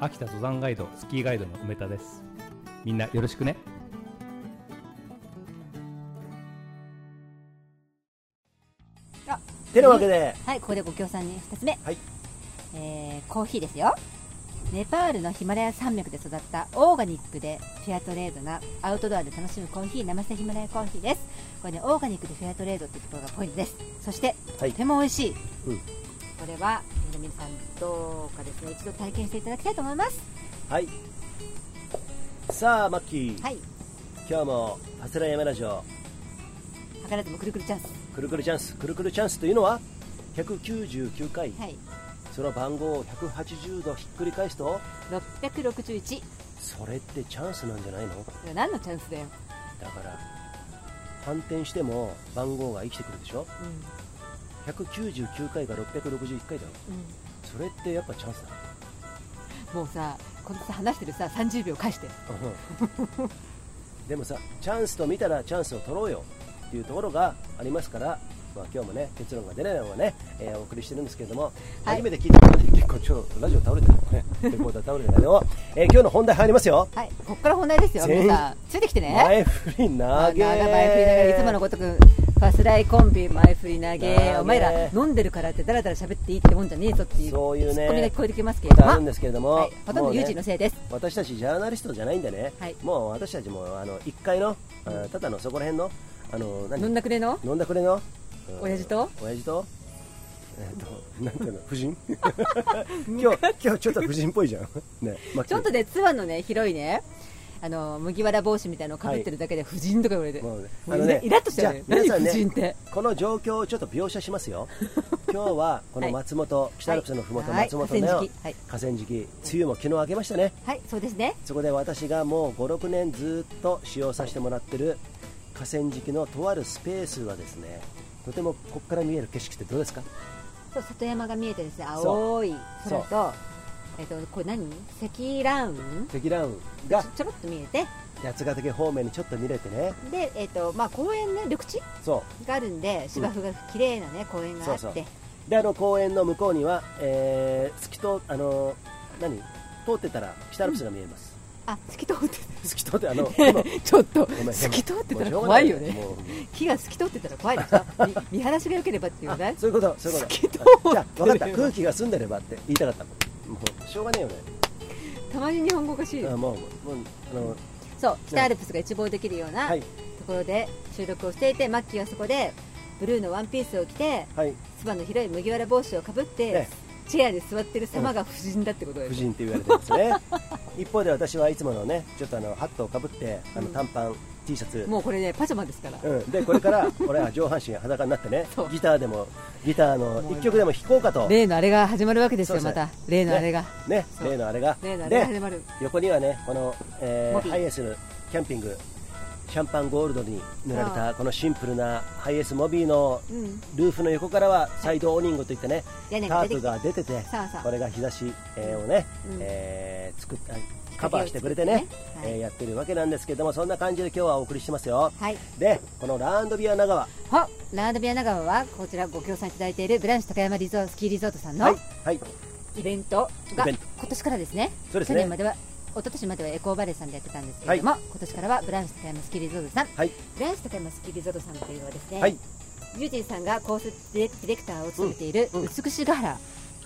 S5: 秋田登山ガイドスキーガイドの梅田ですみんなよろしくね
S1: てなわけで、
S2: はい、ここでご協賛に2つ目、
S1: はい
S2: えーコーヒーですよネパールのヒマラヤ山脈で育ったオーガニックでフェアトレードなアウトドアで楽しむコーヒー生瀬ヒマラヤコーヒーですこれねオーガニックでフェアトレードってところがポイントですそして、
S1: はい
S2: とても美味しい、
S1: うん
S2: これはえー皆さんどうかですね一度体験していただきたいと思います
S1: はい。さあ、マッキー、
S2: はい
S1: 今日も、パセラ山ラジオ、
S2: 図らずもくるくるチャンス
S1: くるくるチャンス、くるくるチャンスというのは、199回、
S2: はい
S1: その番号を180度ひっくり返すと、
S2: 661
S1: それってチャンスなんじゃないの
S2: 何のチャンスだよ、
S1: だから、反転しても番号が生きてくるでしょ
S2: うん
S1: ?199 回が661回だろ。
S2: う
S1: それってやっぱチャンスだ。
S2: ん、もうさこのさ話してるさ30秒返して
S1: うんでもさチャンスと見たらチャンスを取ろうよっていうところがありますから、まあ、今日もね結論が出ないのはね、えーお送りしてるんですけれども、
S2: はい
S1: 初めて聞いた方で結構ちょっとラジオ倒れてるねレコーダー倒れてるけど、えー今日の本題入りますよ、
S2: はい、こっから本題ですよ、
S1: 全員
S2: 皆さん、ついてきてね。
S1: 前振り投げ
S2: 長い前振りながら、いつものごとく、ファスライコンビ、前振り投
S1: 投げ
S2: げ、お前ら、飲んでるからって、だらだら喋っていいってもんじゃねえぞっていう、
S1: そういうね
S2: ツッコミが聞こえてきますけれ
S1: こ
S2: ど
S1: と
S2: も、
S1: あるんですけれども、
S2: はい、ほとん
S1: も
S2: ど
S1: う
S2: ユ
S1: ね
S2: ージのせいです。
S1: 私たちジャーナリストじゃないんでね、
S2: はい
S1: もう私たちもあの1階の、あーただのそこら辺のあの何
S2: 飲んだくれの
S1: 飲んだくれの、うん
S2: 親父と
S1: 親父とえっ、 となんていうの夫人今日今日ちょっと夫人っぽいじゃん ねマッキー
S2: ちょっとね、ツアのね、広いね、あの麦わら帽子みたいなのをかぶってるだけで、夫人とか言われて、
S1: もうね
S2: もう
S1: あのね
S2: イライラっとしたよね、
S1: じゃあ
S2: 何、
S1: 皆さんね
S2: 夫人って。
S1: この状況をちょっと描写します よ今日はこの松本、北アルプスのふもと、
S2: はい
S1: 松本の
S2: 河川敷はい
S1: 河川敷梅雨も昨日明けましたね
S2: はい、そうですね、
S1: そこで私がもう56年ずっと使用させてもらってる河川敷のとあるスペースはですねとてもここから見える景色ってどうですか
S2: そう里山が見えてですね、
S1: そう
S2: 青い空
S1: そ
S2: と、えっと、これ何積乱雲
S1: 積乱雲が
S2: ちょちょろっと見えて、
S1: 八ヶ岳方面にちょっと見れてね
S2: で、えっとまあ、公園ね、緑地
S1: そう
S2: があるんで芝生が綺麗なね公園があって、
S1: そうそうであの公園の向こうには、えー、透き通あのー何通ってたら北アルプスが見えます、
S2: あ透き通って
S1: 透き通ってあのこの
S2: ちょっと
S1: ごめん
S2: 透き通ってたら
S1: もう
S2: 怖いよ
S1: しょうがな
S2: ね
S1: もう
S2: 木が透き通ってたら怖いでし ょみ見晴らしが良ければっていうね
S1: そういうことそういうこと
S2: 透き
S1: じ
S2: 通
S1: ゃ
S2: っ
S1: あ分かってた
S2: れば
S1: 空気が澄んでればって言いたかったもうもうしょうがねえよね
S2: たまに日本語おかしいよ
S1: あもうもうもうあの
S2: そう北アルプスが一望できるような
S1: は
S2: と
S1: い
S2: ころで収録をしていてマッキーはそこでブルーのワンピースを着て
S1: はい
S2: つばの広い麦わら帽子をかぶっ
S1: え
S2: て
S1: え
S2: チェアに座ってる様が夫人だってことだよ
S1: 夫人
S2: ね
S1: って言われてます ね一方で私はいつものねちょっとあのハットをかぶってあの
S2: うん
S1: 短パン、T シャツ
S2: もうこれねパジャマですから
S1: うん、でこれから 俺は上半身裸になってね
S2: そう
S1: ギターでもギターの一曲でも弾こうかと、ね、
S2: 例のあれが始まるわけですよ
S1: そう
S2: ま
S1: そう
S2: た例のあれがそう
S1: 例のあれが
S2: 例のあれが始
S1: で
S2: まる
S1: 横にはねこの、えー
S2: モビー
S1: ハイエースのキャンピングシャンパンゴールドに塗られ
S2: そ
S1: たこのシンプルなハイエースモビーの
S2: うん
S1: ルーフの横からはサイドオーニングといってね
S2: 屋
S1: タ
S2: 根が出
S1: ー
S2: て
S1: プ
S2: きて
S1: が出てて
S2: そうそう
S1: これが日差しえーをね、
S2: うん
S1: えー作っカバーしてくれてね
S2: 日陰を作ってねはい
S1: えーやってるわけなんですけどもそんな感じで今日はお送りしてますよ
S2: はい
S1: でこのランドビア長川
S2: はラードビア長川はこちらご協賛いただいているブランシュ高山リゾートスキーリゾートさん
S1: は
S2: の
S1: い、はい、
S2: イベントが
S1: イベ
S2: 今
S1: ント
S2: 年からですね
S1: そうです
S2: 去
S1: ね
S2: 年までは一昨年まではエコーバレーさんでやってたんですけれども、今年からはブランシュ高山スキーリゾートさん
S1: はい、
S2: ブランシュ高山スキーリゾートさんというのはですね、
S1: はい、
S2: ユージンさんがコースディレクターを務めている
S1: うんうん
S2: 美しが原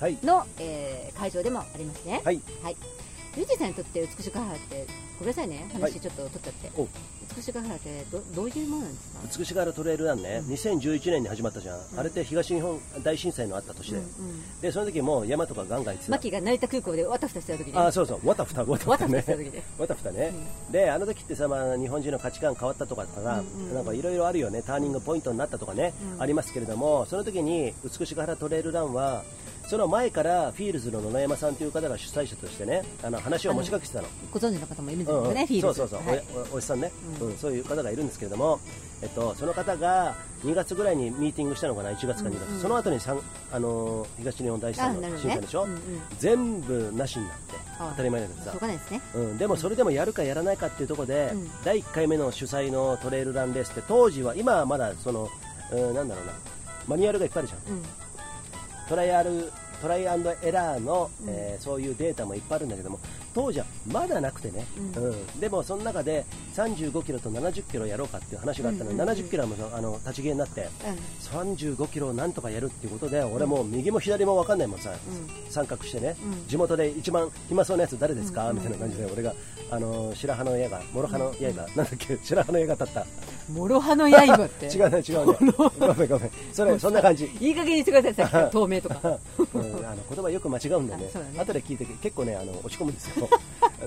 S1: はい、
S2: の、えー会場でもありますね
S1: はい、
S2: ユージンさんにとって美しが原ってごめんなさいね
S1: はい
S2: 話ちょっと取っちゃって、
S1: お
S2: 美しが原ってどどういうものなんですか
S1: 美しがるトレイルランね、2011年に始まったじゃん、
S2: うん
S1: あれって東日本大震災のあった年で、
S2: うんうん
S1: でその時もう山とかガンガン行って
S2: マキが成田空港でわたふたしてた時に
S1: た、あそうそう、わたふた、わた
S2: わ
S1: ふた
S2: たふた
S1: ね
S2: し、た時で
S1: わたふたね、であの時ってさ、まあ、日本人の価値観変わったとかさ、
S2: うんうん
S1: なんかいろいろあるよね、ターニングポイントになったとかね、
S2: うん
S1: ありますけれども、その時に美しが原トレイルランは、その前からフィールズの野々山さんという方が主催者としてね、あの話を持ちかけてたの。
S2: ご存知の方もいるんです
S1: う
S2: よ
S1: んうん
S2: ね、フィールド
S1: そうそうそう、
S2: はい
S1: おやおおじさんね、
S2: う
S1: うんんそういう方がいるんですけれども、えっと、その方が2月ぐらいにミーティングしたのかな、1月か2月、
S2: うんうん
S1: その後にさんあのー東日本大震
S2: あ
S1: 災
S2: なる
S1: の
S2: ほ
S1: 震
S2: ど
S1: 災
S2: ね
S1: でしょ、
S2: うんうん
S1: 全部なしになって、
S2: あ
S1: 当たり前だけど
S2: しょ
S1: さ
S2: う、がないですね
S1: うん、でもそれでもやるかやらないかっていうところで、
S2: うん
S1: 第1回目の主催のトレイルランレースって、当時は、今はまだその、うん、なんだろうな、マニュアルがいっぱいあるじゃん。
S2: うん
S1: トライアルトライアンドエラーの、えーそういうデータもいっぱいあるんだけども当時はまだなくてね、
S2: う
S1: うんんでもその中で35キロと70キロやろうかっていう話があったの
S2: うん
S1: に、
S2: うんうん
S1: 70キロはもうあの立ち消えになって35キロをなんとかやるっていうことで俺もう右も左も分かんないもんさ、
S2: う
S1: 参画してね、
S2: うん
S1: 地元で一番暇そうなやつ誰ですか、
S2: うん
S1: みたいな感じで俺があの白羽の矢が諸刃の矢が、なんだっけ白羽の矢が立った
S2: うん諸刃の刃っ て
S1: 違うね違うねごめんごめんそれそんな感じ
S2: いい加減にしてくださ いさっきの透明とか
S1: うんあの言葉よく間違うんだね
S2: あそうだね
S1: 後で聞いて結構ねあの落ち込むんです よ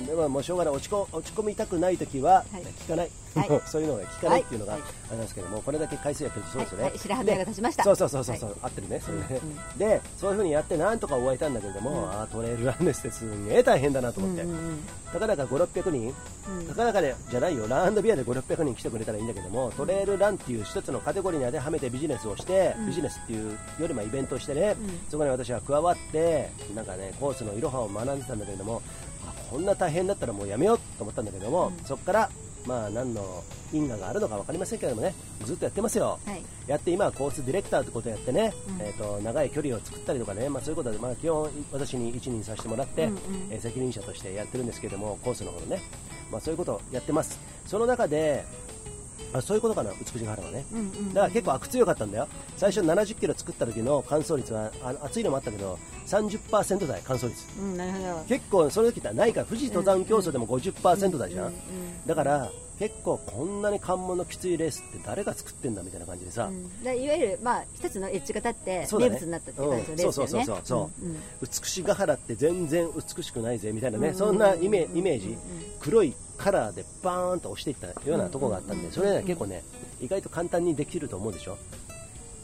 S1: でももうしょうがない落ちこ落ち込みたくない時は、
S2: はい
S1: 聞かない、
S2: はい
S1: もう そういうのが聞かないっていうのがあ
S2: はい
S1: りますけども、これだけ回数やってるとそうですよね、
S2: はいはい白羽の矢が立ちました
S1: でそうそうそうそう、合ってるねそれね、でそういうふうにやってなんとか終えたんだけれども、
S2: うん
S1: ああトレイルランネスってすげえ大変だなと 思って、
S2: うんうん
S1: たかだか5600人、
S2: うん
S1: たかだかでじゃないよランドビアで5600人来てくれたらいいんだけどもトレイルランっていう一つのカテゴリーに当てはめてビジネスをして、
S2: うん
S1: ビジネスっていうよりもイベントをしてね、
S2: うん
S1: そこに私は加わってなんかねコースのいろはを学んでたんだけれどもあこんな大変だったらもうやめようと思ったんだけども、
S2: うん
S1: そこからまあ何の因果があるのか分かりませんけれどもねずっとやってますよ、
S2: はい
S1: やって今はコースディレクターってことをやってね、
S2: うん
S1: えー、と長い距離を作ったりとかね、まあ、そういうことで、まあ、基本私に一任させてもらって、
S2: うんうん
S1: えー責任者としてやってるんですけどもコースの方のね、まあ、そういうことをやってますその中であそういうことかな美しが原はね、
S2: うんうん
S1: だから結構悪強かったんだよ最初7 0キロ作った時の乾燥率はあの暑いのもあったけど30%台乾燥率
S2: うんなるほど
S1: 結構その時ってないから富士登山競争でも50%台じゃん、
S2: うん
S1: だから結構こんなに関門のきついレースって誰が作ってんだみたいな感じでさ、
S2: うんだからいわゆるまあ一つのエッジが立って
S1: そうだ
S2: 名
S1: ね
S2: 物になったっていう感じのレースだ
S1: うんそうそう
S2: よ
S1: そ
S2: ね
S1: うそう
S2: うんうん
S1: 美しが原って全然美しくないぜみたいなね、
S2: うん
S1: そんなイメ
S2: うん
S1: イメージ、
S2: うん
S1: 黒いカラーでバーンと押していったようなとこがあったん
S2: うん
S1: で、それは結構ね、意外と簡単にできると思うでしょ、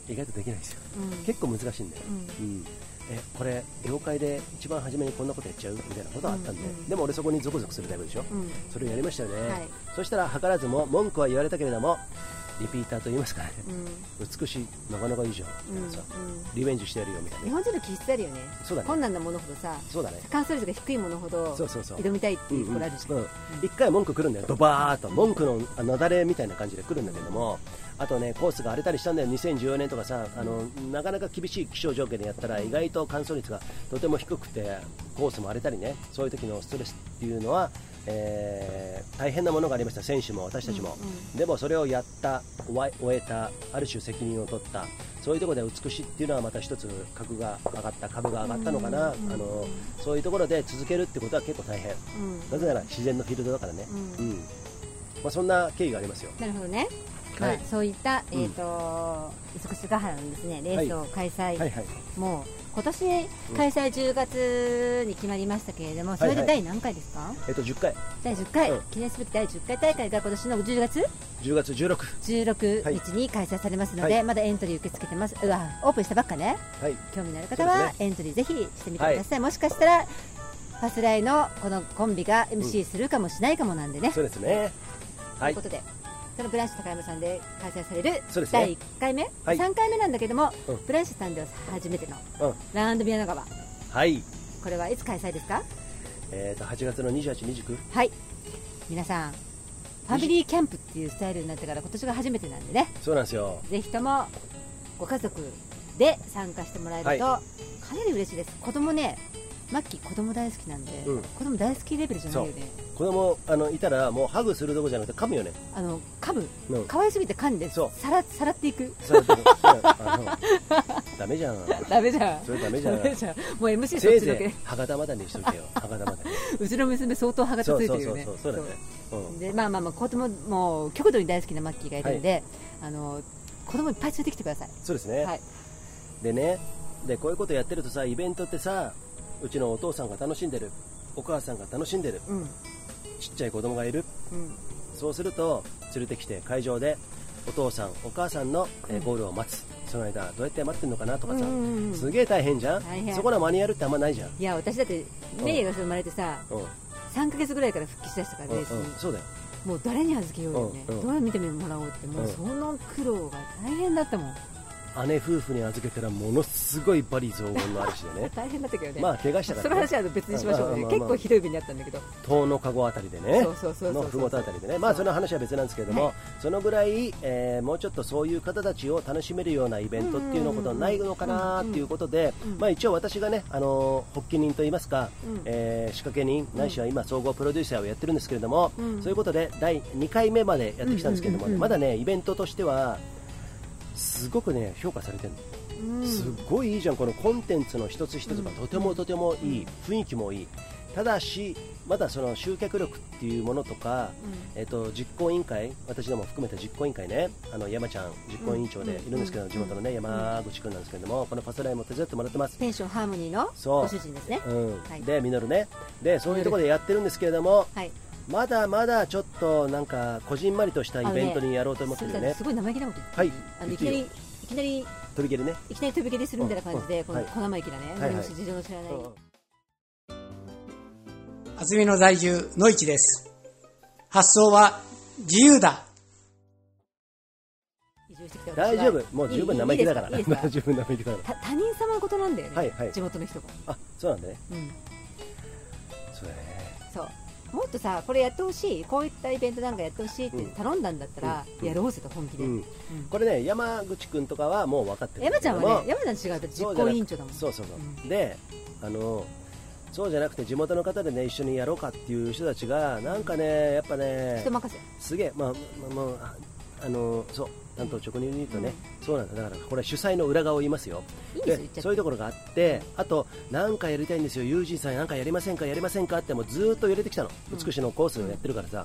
S1: 意外とできないですよ、
S2: うん
S1: 結構難しいんだよ、
S2: う
S1: うんえこれ、業界で一番初めにこんなことやっちゃうみたいなことがあったんで、
S2: うんうん
S1: でも俺、そこにゾクゾクするタイプでしょ、
S2: うん
S1: それをやりましたよね、
S2: はい
S1: そしたら図らずも文句は言われたけれども、リピーターと言いますかね、
S2: うん
S1: 美しい、なかなかいいじゃん、みたいなさ
S2: うんうん
S1: リベンジしてやるよみたい
S2: 日
S1: な、
S2: 本人の気質あるよね
S1: そうだね
S2: 困難なものほどさ
S1: そうだね。
S2: 関数率が低いものほど
S1: そうそうそう
S2: 挑みたいっていうところあるし、
S1: うんうん一回文句来るんだよ、ドバーっと文句のあなだれみたいな感じで来るんだけども、あとねコースが荒れたりしたんだよ、2014年とかさあの、なかなか厳しい気象条件でやったら、意外と乾燥率がとても低くて、コースも荒れたりね、そういう時のストレスっていうのは、えー大変なものがありました、選手も私たちも、でもそれをやった、終え終えた、ある種責任を取った、そういうところで美しいっていうのはまた一つ格が上がった、株が上がったのかな、あのそういうところで続けるってことは結構大変、なぜなら自然のフィールドだからね、うんまあ、そんな経緯がありますよ。
S2: なるほどね、
S1: は
S2: はいい、そういった、
S1: うん
S2: えーと美しが原のです、ね、レースを開催、
S1: はいはい
S2: もう今年開催10月に決まりましたけれども、それ
S1: はいは
S2: で
S1: い
S2: 第何回ですか、
S1: えっと、10回、
S2: 第10回、
S1: うん
S2: 記念すべき第10回大会が今年の10月
S1: 10月16、はい
S2: 16日に開催されますので、
S1: はい
S2: まだエントリー受け付けてます、うわオープンしたばっかね、
S1: はい、
S2: 興味のある方
S1: そう
S2: は
S1: です
S2: エントリーぜひしてみてください、もしかしたら、ファスライのこのコンビが MC するかもしないかもなんでね。
S1: そうですね、
S2: と
S1: はいいう
S2: こ、とで、そのブランシュ高山さんで開催される
S1: そうですね
S2: 第1回目、
S1: はい
S2: 3回目なんだけども、
S1: うん
S2: ブランシュさんでは初めての
S1: うん
S2: ラウンド宮野川、
S1: はい、
S2: これはいつ開催ですか、
S1: えっと8月の28、29、
S2: はい皆さん、ファミリーキャンプっていうスタイルになってから、今年が初めてなんでね、
S1: そうなんですよ、
S2: ぜひともご家族で参加してもらえると、
S1: は
S2: かなり嬉しいです、子供ね、マッキー、子供大好きなんで、
S1: うん
S2: 子供大好きレベルじゃないよね、
S1: 子供あのいたら、もうハグするとこじゃなくて、噛むよね。
S2: あの噛む、
S1: うん
S2: 可愛すぎて噛んで、
S1: そう
S2: さらさらっていく、
S1: そうだけどあの ダメじゃん。
S2: だめじゃ ん。
S1: それダメじゃ
S2: ダ
S1: ん。
S2: メじゃんもう MC そ
S1: せ
S2: っ
S1: い
S2: ちのけ
S1: ぜい歯まだにしといてよ。歯まだに。
S2: うちの娘相当歯がつ
S1: そう
S2: い
S1: そう
S2: てる
S1: そ
S2: よ
S1: う
S2: ね
S1: そう。そうだね。
S2: そう
S1: う
S2: でまあまあまあ子供もう極度に大好きなマッキーがいるんで、あの子供いっぱい連れてきてください
S1: ん。そうですね
S2: はい。
S1: でね、でこういうことやってるとさ、イベントってさ、うちのお父さんが楽しんでる、お母さんが楽しんでる、
S2: うんうん
S1: ちっちゃい子供がいる。そうすると連れてきて会場でお父さんお母さんの、えーゴールを待つ。その間どうやって待ってるのかなとかさ、
S2: うんうんうん
S1: すげえ大変じゃん
S2: 大変
S1: そこのマニュアルってあんまないじゃん。
S2: いや私だってメイが生まれてさ
S1: うんうん
S2: 3か月ぐらいから復帰しだしたからレース
S1: う
S2: に、
S1: んそうだよ。
S2: もう誰に預けようよね、
S1: うんうん
S2: どう見てもらおうってもう
S1: うん
S2: その苦労が大変だったもん
S1: 姉夫婦に預けたらものすごいバリ雑言の嵐で ね
S2: 大変だったけどね、
S1: まあ怪我したから、
S2: そ
S1: ね、
S2: の話は別にしま
S1: まあ
S2: しょう、ね
S1: まあまあ
S2: 結構ひどい目にあったんだけど
S1: 遠野籠あたりでね
S2: そうそうそうそ
S1: の
S2: う
S1: ふもとあたりでねまあその話は別なんですけども、
S2: はい
S1: そのぐらい、えーもうちょっとそういう方たちを楽しめるようなイベントっていうのことはないのかなっていうことで、まあ一応私がねあのー発起人といいますか、えー仕掛け人ないしは今総合プロデューサーをやってるんですけれども、そういうことで第2回目までやってきたんですけれども、まだねイベントとしてはすごくね評価されてるのすっごいいいじゃん、このコンテンツの一つ一つがとてもとてもいい、雰囲気もいい、ただし、まだその集客力っていうものとか、えっと実行委員会、私ども含めた実行委員会ね、あの山ちゃん、実行委員長でいるんですけど、地元のね山口君なんですけれども、このパスラインも手伝ってもらってます。
S2: ペンションハーモニーの
S1: そう
S2: ご主人ですね
S1: うん
S2: はい
S1: で、みのるね、でそういうところでやってるんですけれども、
S2: はい
S1: まだまだちょっとなんか、こじんまりとしたイベントにやろうと思ってるよ
S2: それ
S1: ね
S2: さ、すごい生意気なこと言って
S1: はい
S2: あのいきなり
S1: 言
S2: いきなり
S1: 取り切りね。
S2: いきなり飛び蹴りするみたいな感じ
S1: う
S2: で、
S1: ん
S2: この
S1: はい
S2: 小生意気なね、
S1: はい
S2: 何も事情の知らない、
S6: 厚みの在住、のいちです。発想は自由だ。
S2: 移住してきた私は
S1: 大丈夫、もう十分生意気だから、
S2: いいいいですかいいで
S1: 十分生意気だから。
S2: すかた他人様のことなんだよね、
S1: はいはい
S2: 地元の人が、
S1: あそうなんだね
S2: うん、
S1: そうだね
S2: そうもっとさこれやってほしいこういったイベントなんかやってほしいって
S1: うん
S2: 頼んだんだったら、
S1: うん
S2: やろうぜと本気で、
S1: うんこれね山口君とかはもう分かってる
S2: 山ちゃんはね
S1: ね
S2: 山ちゃんと違うと実行委員長だもん
S1: そうそうそう、であのそうじゃなくて地元の方でね一緒にやろうかっていう人たちがなんかねやっぱね
S2: 人任せ
S1: すげえまあまあ、まあ、ああのそう担当直入に言うとね、そうなんだだからこれ主催の裏側を言いますよ
S2: いいんです
S1: で
S2: よ言っちゃって
S1: そういうところがあってあとなんかやりたいんですよ友人さんなんかやりませんかやりませんかってもうずーっと入れてきたの美しのコースをやってるからさ、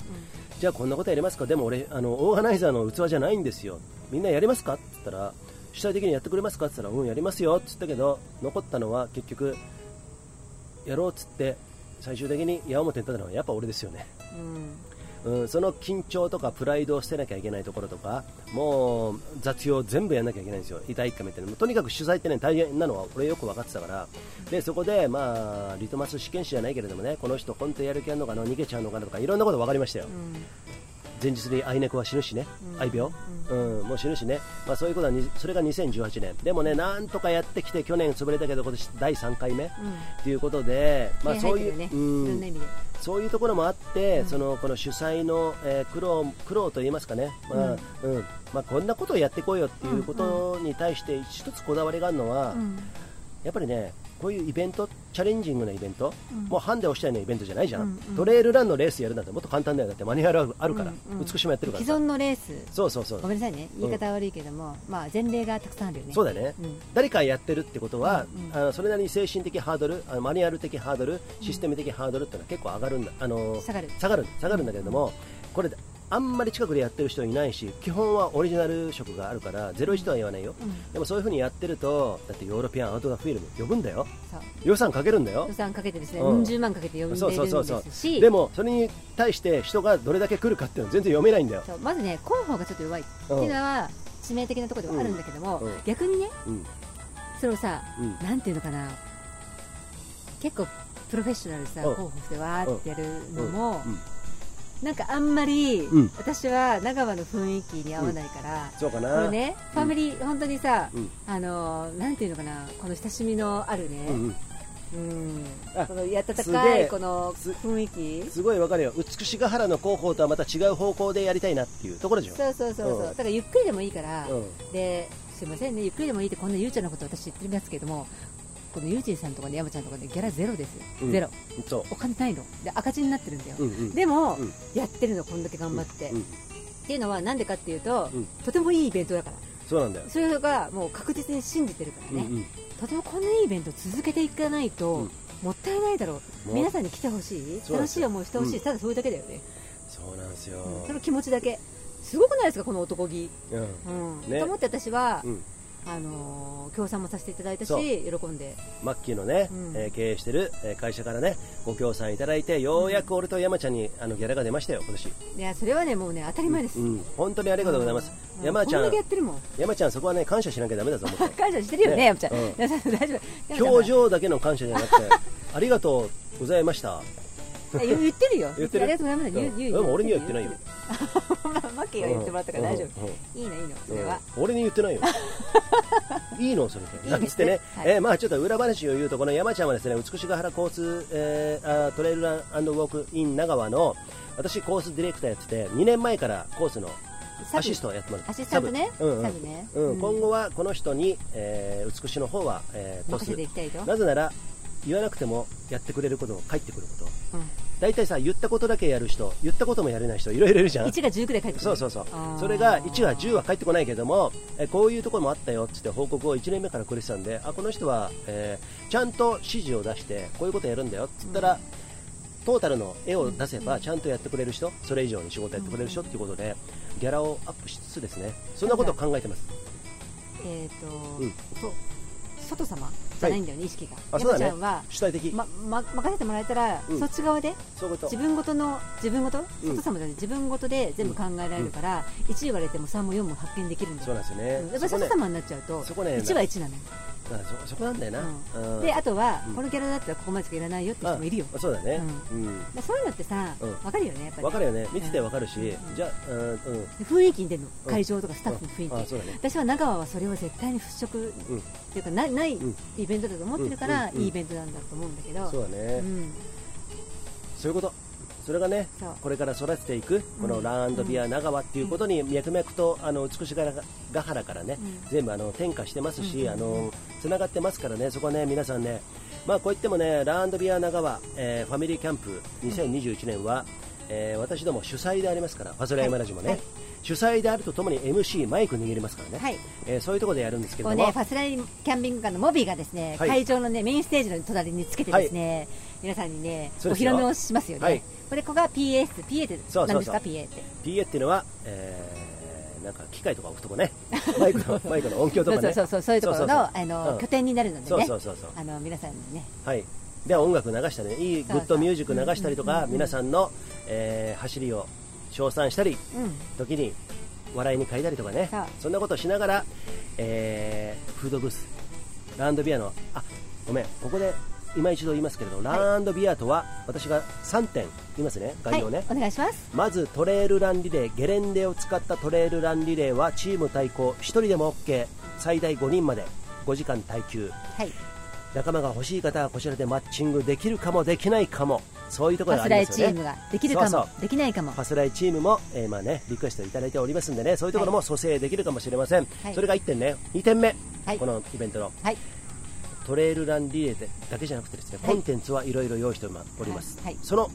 S1: じゃあこんなことやりますかでも俺あのオーガナイザーの器じゃないんですよみんなやりますかって言ったら主体的にやってくれますかって言ったらうんやりますよって言ったけど残ったのは結局やろうっつって最終的に矢面に立ったのはやっぱ俺ですよねうん、その緊張とかプライドを捨てなきゃいけないところとかもう雑用全部やらなきゃいけないんですよ、痛いかめてとにかく取材って、ね、大変なのは俺よく分かってたからでそこで、まあ、リトマス試験紙じゃないけれどもねこの人、本当にやる気あるのかな逃げちゃうのかなとかいろんなこと分かりましたよ。前日にあい猫は死ぬしね、愛病、うんもう死ぬしね、まあ、そういうことはにそれが2018年、でもね、なんとかやってきて、去年潰れたけど、今年第3回目と、いうことで、まあ、
S2: 気合
S1: そう
S2: 入っ
S1: い
S2: てるよ
S1: う、
S2: ね、
S1: うん
S2: いろんな意味で
S1: そういうところもあって、そのこの主催の、えー苦労苦労と言いますかね、まあうんまあ、こんなことをやってこいよっていうことに対して一つこだわりがあるのは、やっぱりねこういうイベントチャレンジングなイベント、
S2: うん
S1: もうハンデをしたいのイベントじゃないじゃん、
S2: うんうん
S1: トレイルランのレースやるなんてもっと簡単だよだってマニュアルあるあるから、
S2: うんうん
S1: 美しもやってるから
S2: 既
S1: さ
S2: 存のレース
S1: そうそうそう
S2: ごめんなさいね言い方悪いけども、まあ前例がたくさんあるよね
S1: そうだね、
S2: ん
S1: 誰かやってるってことは、
S2: うんうん
S1: あのそれなりに精神的ハードルあのマニュアル的ハードルシステム的ハードルってのは結構上がるんだ、あの
S2: 下がる
S1: 下がる下がるんだけれども、これあんまり近くでやってる人いないし基本はオリジナル色があるから01とは言わないよ、
S2: うん
S1: でもそういう風にやってるとだってヨーロピアンアウトドアフィルム呼ぶんだよ
S2: そう
S1: 予算かけるんだよ
S2: 予算かけてですね、
S1: うん
S2: うん、10万かけて呼んで
S1: そう
S2: る
S1: そ
S2: ん
S1: うそうそう
S2: ですし
S1: でもそれに対して人がどれだけ来るかっていうのは全然読めないんだよ、
S2: そうまずね広報がちょっと弱いっていうのは致命的なところではあるんだけども、
S1: うんうん
S2: 逆にね
S1: うん
S2: そのさ
S1: うん、
S2: なんていうのかな結構プロフェッショナルさ
S1: うん
S2: 広報してわーってやるのも、
S1: うんうん
S2: なんかあんまり、
S1: うん
S2: 私は長場の雰囲気に合わないから、
S1: そうか
S2: こ
S1: な
S2: のねファミリー、本当にさ、
S1: うん
S2: あのーなんていうのかなこの親しみのあるね、
S1: うんうん
S2: うん
S1: あ
S2: このやたた
S1: す
S2: か
S1: げ
S2: い
S1: え
S2: この
S1: す
S2: 雰囲気
S1: すごいわかるよ美しが原の広報とはまた違う方向でやりたいなっていうところでしょ
S2: そうそうそうそう
S1: うん
S2: だからゆっくりでもいいから、
S1: うん
S2: ですいませんねゆっくりでもいいってこんなゆうちゃんのこと私言ってますけどもこのゆうちんさんとかね山ちゃんとかねギャラゼロですよ、
S1: うん
S2: ゼロ
S1: そ
S2: お金ないので赤字になってるんだよ、
S1: う、うんうん、
S2: でも、
S1: うん
S2: やってるのこんだけ頑張って、
S1: うん
S2: っていうのはなんでかっていうと、
S1: うん
S2: とてもいいイベントだから
S1: そうなんだよ、
S2: それがもう確実に信じてるから
S1: うん
S2: ね、
S1: うん
S2: とてもこんないいイベント続けていかないと、
S1: うん
S2: もったいないだろう
S1: もう
S2: 皆さんに来てほしい
S1: そうなんで
S2: 楽し
S1: す
S2: い
S1: よ
S2: 思いしてほしい、
S1: うん
S2: ただそれだけだよね、
S1: そうなんですよ、
S2: うんその気持ちだけすごくないですかこの男気、
S1: うん
S2: うん
S1: ね
S2: と思って私は、
S1: うん
S2: あのー協賛もさせていただいたし
S1: そう
S2: 喜んで
S1: マッキーのね、
S2: うん
S1: えー経営してるえー会社からねご協賛いただいてようやく俺と山ちゃんにあのギャラが出ましたよ今年、
S2: いやそれはねもうね当たり前です、
S1: うん、本当にありがとうございます、
S2: うん
S1: 山ちゃ
S2: こんだ
S1: ん
S2: けやってるもん
S1: 山ちゃんそこはね感謝しなきゃダメだと思って
S2: 感謝してるよね
S1: ね
S2: やっちゃん、
S1: うん
S2: 大丈夫大丈夫
S1: 表情だけの感謝じゃなくてありがとうございました
S2: いや言ってるよ
S1: 言ってる
S2: ありがとうございます言う言う
S1: でも俺には言ってないよ
S2: まあ マッキーが言ってもらったから大丈
S1: うんうん
S2: 夫いいのいいのそれは
S1: うん俺に言って ないよいいのそれ
S2: いい
S1: でな
S2: んですね
S1: んつってね、
S2: はい
S1: えーまあちょっと裏話を言うとこの山ちゃんはですね美しが原交通、えーあートレイルランウォークイン長川の私コースディレクターやってて2年前からコースの
S2: サブ
S1: アシストをやってもらって
S2: アシスタントね
S1: サブうんうん
S2: サブね
S1: うん
S2: うん
S1: 今後はこの人に、えー、美しの方は、えーコー
S2: 任せてい
S1: ス
S2: きたいと
S1: なぜなら言わなくてもやってくれることも返ってくること
S2: う
S1: 大体さ言ったことだけやる人言ったこともやれない人いろいろいるじゃ
S2: ん
S1: ん
S2: 1が19で帰ってくる
S1: そうそうそう
S2: あー
S1: それが1は10は返ってこないけどもえこういうところもあったよっつって報告を1年目からくれてたんであこの人は、えーちゃんと指示を出してこういうことやるんだよっつったら、トータルの絵を出せばちゃんとやってくれる人それ以上に仕事やってくれる人っていうことでギャラをアップしつつですねそんなことを考えてます
S2: えっと
S1: うん
S2: そう外様じゃないんだよね意識が
S1: あそうだ
S2: 山ち
S1: ね
S2: ゃんは
S1: 主体的、
S2: まま任せてもらえたら
S1: うん
S2: そっち側で
S1: そういうこと
S2: 自分ごとの自分ごと
S1: うん
S2: 外様じゃない自分ごとで全部考えられるから1言われても3も4も発見できるんだ
S1: そう
S2: よ
S1: なんですよ
S2: うんや
S1: ね
S2: っぱり
S1: そこ
S2: 外
S1: ね
S2: 様になっちゃうと
S1: そこね
S2: 1は1なのよ
S1: だからそそこなんだよな、うん
S2: であとは
S1: うん
S2: このキャラだったらここまでしかいらないよって人もいるよ
S1: あそうだね、うん
S2: まあそういうのってさ
S1: うん
S2: わかるよねやっぱり
S1: わかるよね見ててわかるし、
S2: うん
S1: じゃあうんうん
S2: 雰囲気に出るの
S1: うん
S2: 会場とかスタッフの雰囲気
S1: あそうだね
S2: 私は長川はそれを絶対に払拭
S1: うん
S2: っていうかないない
S1: うん
S2: イベントだと思ってるから
S1: うんうん
S2: いいイベントなんだと思うんだけど
S1: そうだね、
S2: うん
S1: そういうことそれがね
S2: そう
S1: これから育てていくこ
S2: う
S1: の
S2: ん
S1: ランビア長和っていうことに脈々とあの美しがヶ原からね、
S2: うん
S1: 全部あの転化してますし、
S2: うん
S1: あの繋がってますからねそこはね皆さんねまあこう言ってもねランビア長和、えーファミリーキャンプ2021年は、えー私ども主催でありますからファズレイマラジもね、
S2: はい
S1: 主催であるとともに MC マイク握りますからね、
S2: はい
S1: えーそういうところでやるんですけ
S2: こ
S1: ど
S2: う
S1: も、
S2: ねファスライキャンピングカーのモビーがですね
S1: はい
S2: 会場のねメインステージの隣につけてですね皆さんにねお
S1: そう
S2: 披
S1: ですよ
S2: 露目をしますよ
S1: は
S2: ね
S1: い
S2: これここが PS PA って
S1: そうそうそう
S2: 何ですか PA って
S1: PA っていうのは、えーなんか機械とか置くとこね マイクのマイクの音響とかね
S2: そうそうそうそういうところの
S1: そうそう
S2: あの、
S1: うん
S2: 拠点になるのでね
S1: そうそうそうそう
S2: あの皆さんにね
S1: はい、では音楽流したり、いいグッドミュージック流したりと
S2: そうそ
S1: か、
S2: う
S1: 皆さんの、えー走りを称賛したり、
S2: うん
S1: 時に笑いに変えたりとかね
S2: そう、
S1: そんなことをしながら、えーフードブース、ランドビアの、あごめん、ここで今一度言いますけれど、ランドビアとは、私が3点言いますね、概要ね。
S2: はい、お願いします
S1: まずトレイルランリレーゲレンデを使ったトレイルランリレーはチーム対抗1人でも OK 最大5人まで5時間耐久
S2: はい
S1: 仲間が欲しい方はこちらでマッチングできるかもできないかもそういうところ
S2: パ
S1: が
S2: ス
S1: あ
S2: ラ
S1: り
S2: イ
S1: ます
S2: チ
S1: よ
S2: ー
S1: ね
S2: ムができるかも
S1: そうそう
S2: できないかも
S1: パスライチームも、えーまあね、リクエストいただいておりますんでねそういうところも蘇生できるかもしれません、
S2: はい
S1: それが1点ね2点目、
S2: はい
S1: このイベントの
S2: はい
S1: トレイルランリレーでだけじゃなくてですね、
S2: はい
S1: コンテンツはいろいろ用意しております、
S2: はいはい
S1: その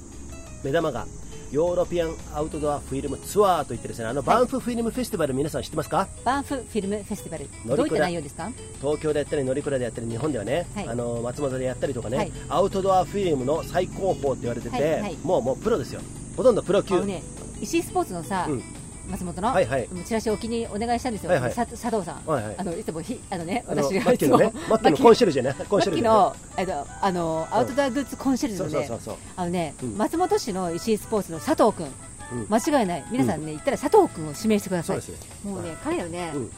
S1: 目玉がヨーロピアンアウトドアフィルムツアーといってですねあのバンフフィルムフェスティバル皆さん知ってますか
S2: バンフフィルムフェスティバル
S1: 乗りこな
S2: どういった内容ですか
S1: 東京でやったり乗鞍でやったり日本ではね、
S2: はい
S1: あの松本でやったりとかね、
S2: はい
S1: アウトドアフィルムの最高峰って言われてて、
S2: はいはい
S1: もうもうプロですよほとんどプロ
S2: あ
S1: 級、
S2: のね石井スポーツのさ、
S1: うん
S2: 松本の、
S1: はいはい
S2: チラシをお気にお願いしたんですよ、
S1: はいはい
S2: さ佐藤さん、
S1: はいはい
S2: あのいつもひあのね
S1: あの
S2: 私
S1: マ
S2: が
S1: ッ
S2: い
S1: キ
S2: つ
S1: ー
S2: も
S1: のねマッキーの コンシェルジュねコンシェルジュね
S2: マッキーのあのあのアウトドアグッズコンシェルジ
S1: そ
S2: ュ
S1: う
S2: の
S1: そう
S2: ね
S1: そうそう
S2: あのね、
S1: うん
S2: 松本市の石井スポーツの佐藤君、
S1: うん
S2: 間違いない皆さんね、行ったら佐藤君を指名してくだ
S1: そ
S2: さ
S1: う
S2: い
S1: ですよ
S2: もうね彼らね、
S1: うん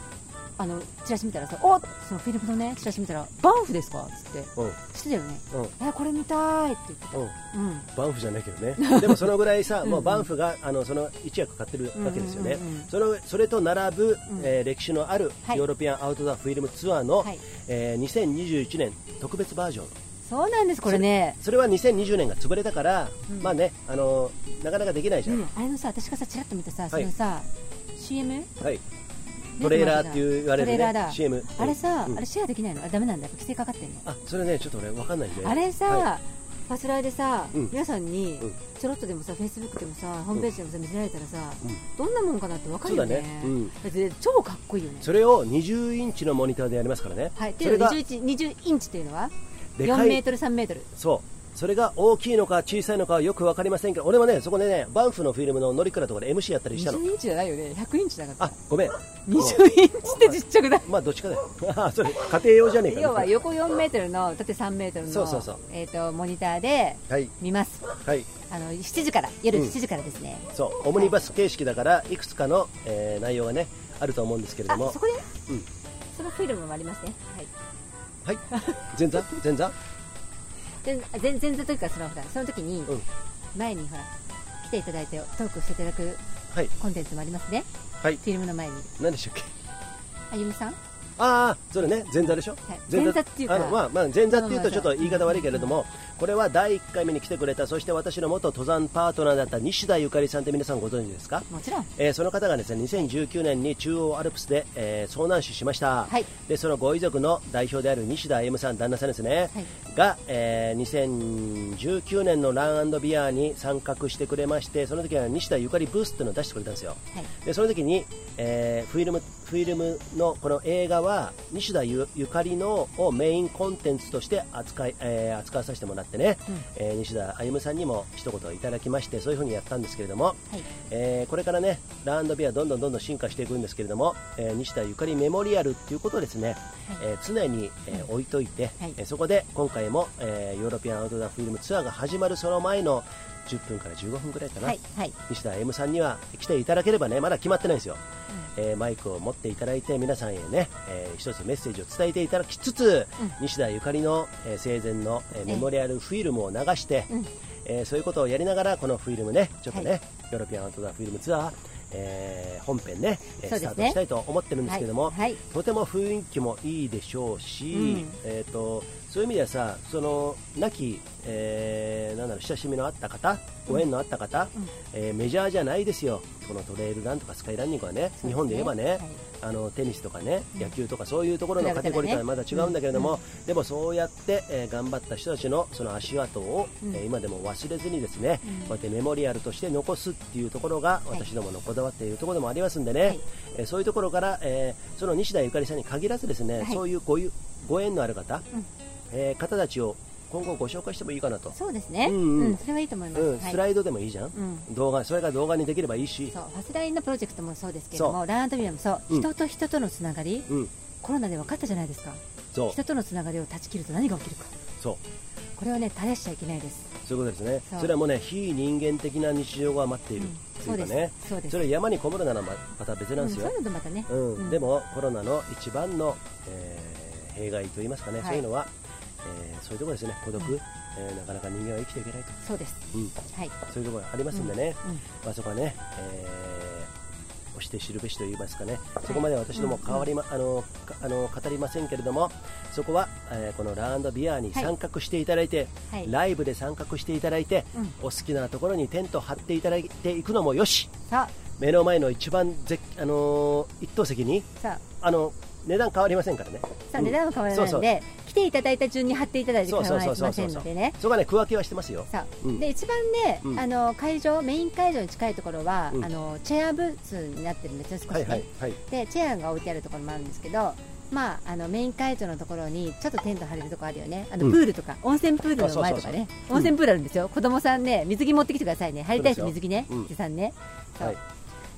S2: あのチラシ見たらさおそのフィルムのねチラシ見たらバンフですかっつって
S1: うん
S2: 知ってたよね、
S1: う
S2: えこれ見たいって言ってた
S1: うん
S2: うん
S1: バンフじゃないけどね でもそのぐらいさ
S2: うん
S1: もうバンフがあのその一役買ってるわけですよね、
S2: うんうんうんうん
S1: そのそれと並ぶ、
S2: うん
S1: えー歴史のある
S2: はい
S1: ヨーロピアンアウトドアフィルムツアーの、
S2: はい
S1: えー2021年特別バージョン
S2: そうなんですこれね
S1: それは2020年が潰れたから、
S2: うん
S1: まあねあのなかなかできないじゃん、
S2: ねあれのさ私がさちらっと見たさ、
S1: い
S2: そのさ CM
S1: はいトレーラーって言われる、ね、
S2: トレーラーだ
S1: CM
S2: あれさ、
S1: うん
S2: あれシェアできないのあれダメなんだやっぱ規制かかってんの、
S1: あそれねちょっと俺わかんないね
S2: あれさ、
S1: は
S2: ファスライでさ、
S1: うん
S2: 皆さんに
S1: うん
S2: ちょろっとでもさフェイスブックでもさホームページでもさ見せられたらさ、
S1: うん
S2: どんなもんかなってわかるよね
S1: そうだねうん
S2: だって超かっこいいよね
S1: それを20インチのモニターでやりますからね、
S2: はい、って
S1: そ
S2: い
S1: れ
S2: うの
S1: が
S2: は 20, 20インチっていうのは
S1: で
S2: 4
S1: かい
S2: メートル3メートル
S1: そうそれが大きいのか小さいのかはよく分かりませんけど俺もねそこでねバンフのフィルムの乗り倉とかで MC やったりしたの
S2: 20インチじゃないよね100インチだから
S1: あごめん
S2: 20インチってちっちゃくない
S1: まあどっちかだよ あそれ家庭用じゃねえか
S2: 要は横4メートルの縦3メートルの
S1: そうそうそう
S2: えー、とモニターで
S1: はい
S2: 見ます
S1: はい
S2: あの7時から夜
S1: うん
S2: 7時からですね、
S1: そうオムニバス形式だからいくつかの、えー内容がねあると思うんですけれど
S2: あ
S1: も
S2: そこで、
S1: うん
S2: そのフィルムもありますね、はい、
S1: はい前座前座
S2: で全然の時からそのほらその時に
S1: うん
S2: 前にほら来ていただいてトークしていただく
S1: はい
S2: コンテンツもありますね
S1: はい
S2: フィルムの前に
S1: 何でしたっけ
S2: あゆみさん
S1: ああそれね前座でしょ、
S2: い前座っていうか
S1: あのまあまあ前座っていうとちょっと言い方悪いけれどもこれは第1回目に来てくれたそして私の元登山パートナーだった西田ゆかりさんって皆さんご存知ですか
S2: もちろん
S1: えーその方がですね2019年に中央アルプスで、えー遭難死しました、
S2: はい
S1: でそのご遺族の代表である西田歩夢さん、旦那さんですね、
S2: はい
S1: が、えー2019年のランビアーに参画してくれまして、その時は西田ゆかりブースっていうのを出してくれたんですよ、
S2: はい
S1: でその時に、えーフィルムフィルムのこの映画は西田ゆゆかりのをメインコンテンツとして扱い、えー扱わさせてもらってね、
S2: うん
S1: えー西田歩夢さんにも一言いただきまして、そういうふうにやったんですけれども。
S2: はい
S1: えーこれからねランドビアどんどんどんどん進化していくんですけれども、えー西田ゆかりメモリアルっていうことをですね、えー常に、えー置いといて、
S2: はい
S1: えーそこで今回も、えーヨーロピアンアウトドアフィルムツアーが始まるその前の10分から15分くらいかな、
S2: はいはい
S1: 西田 M さんには来ていただければねまだ決まってないんですよ、えーマイクを持っていただいて皆さんへね、えー一つメッセージを伝えていただきつつ、西田ゆかりの、えー生前の、えーメモリアルフィルムを流して、
S2: うん
S1: えーそういうことをやりながらこのフィルムねちょっとね、
S2: は
S1: ヨーロピアンアウトドアフィルムツアー、えー本編ねえー
S2: そうですね
S1: スタートしたいと思ってるんですけども、
S2: はいはい
S1: とても雰囲気もいいでしょうし、
S2: うん
S1: えー、とそういう意味ではさその亡き、えーなんだろう親しみのあった方ご縁のあった方、えーメジャーじゃないですよこのトレイルランとかスカイランニングはね
S2: すね
S1: 日本で言えばね、
S2: はい
S1: あのテニスとかね野球とかそういうところのカテゴリーとは
S2: 比
S1: ま
S2: べた
S1: だ違うんだけれども、でもそうやって、えー頑張った人たちのその足跡を、
S2: うん
S1: えー今でも忘れずにですね、
S2: うん
S1: こうやってメモリアルとして残すっていうところが
S2: い
S1: 私どものこだわっているところでもありますんでね、
S2: はい
S1: えーそういうところから、えーその西田ゆかりさんに限らずですね、
S2: はい
S1: そういうごゆご縁のある方、
S2: うん
S1: えー方たちを今後ご紹介してもいいかなと、
S2: そうですね
S1: う
S2: うんん、
S1: うん
S2: それはいいと思います、
S1: うん
S2: はい
S1: スライドでもいいじゃん、
S2: う
S1: 動画それが動画にできればいいし
S2: そうファスラインのプロジェクトもそうですけれど
S1: そ
S2: もランアンドビアもそう、
S1: うん
S2: 人と人とのつながり、
S1: うん
S2: コロナで分かったじゃないですか
S1: そう
S2: 人とのつながりを断ち切ると何が起きるか
S1: そう
S2: これをね垂らしちゃいけないです
S1: そういうことですね
S2: そ
S1: そうれはもうね非人間的な日常が待っているというかね、
S2: うんそうですそうです
S1: れ山にこもるならままた別なんです
S2: うん
S1: よ
S2: そう、いうのとまたね、
S1: うん
S2: うん
S1: でもコロナの一番の、えー弊害といいますかね、
S2: はい
S1: そういうのは、えーそういうところですね孤独、
S2: うん
S1: えーなかなか人間は生きていけないと、
S2: そうです
S1: うん
S2: はい
S1: そういうところがありますんでね、
S2: うんうん
S1: まあ、そこはね、えー、押して知るべしと言いますかね、そこまでは私ども変わりま、あのかあの語りませんけれども、そこは、えーこのランドビアに参画していただいて、
S2: はい
S1: ライブで参画していただいて、
S2: うん
S1: お好きなところにテント張っていただいていくのもよし、
S2: さ
S1: 目の前の一番ぜ、あのー一等席に
S2: あさあ
S1: あの値段変わりませんからね。
S2: さあ
S1: うん
S2: 値段は変わらないので、
S1: そうそう
S2: 来ていただいた順に貼っていただいて
S1: そ
S2: 構
S1: うそうそ
S2: いうま
S1: そうそう
S2: せ
S1: んそ
S2: の
S1: う
S2: でね。
S1: そこはね区分けはしてますよ
S2: さあ
S1: うん
S2: で一番ね、
S1: うん
S2: あの会場メイン会場に近いところは、
S1: うん
S2: あのチェアブースになってるんですよ、少し
S1: は
S2: ね、
S1: いはいはい
S2: でチェアが置いてあるところもあるんですけど、まあ、あのメイン会場のところにちょっとテント張れるところあるよね、あの
S1: うん
S2: プールとか、温泉プールの前とかね、
S1: う
S2: 温泉プールあるんですよ、子供さんね、水着持ってきてくださいね、入りたい人、
S1: そうで
S2: 水
S1: すよ
S2: 着ね、
S1: うん
S2: おじさんね。そう
S1: はい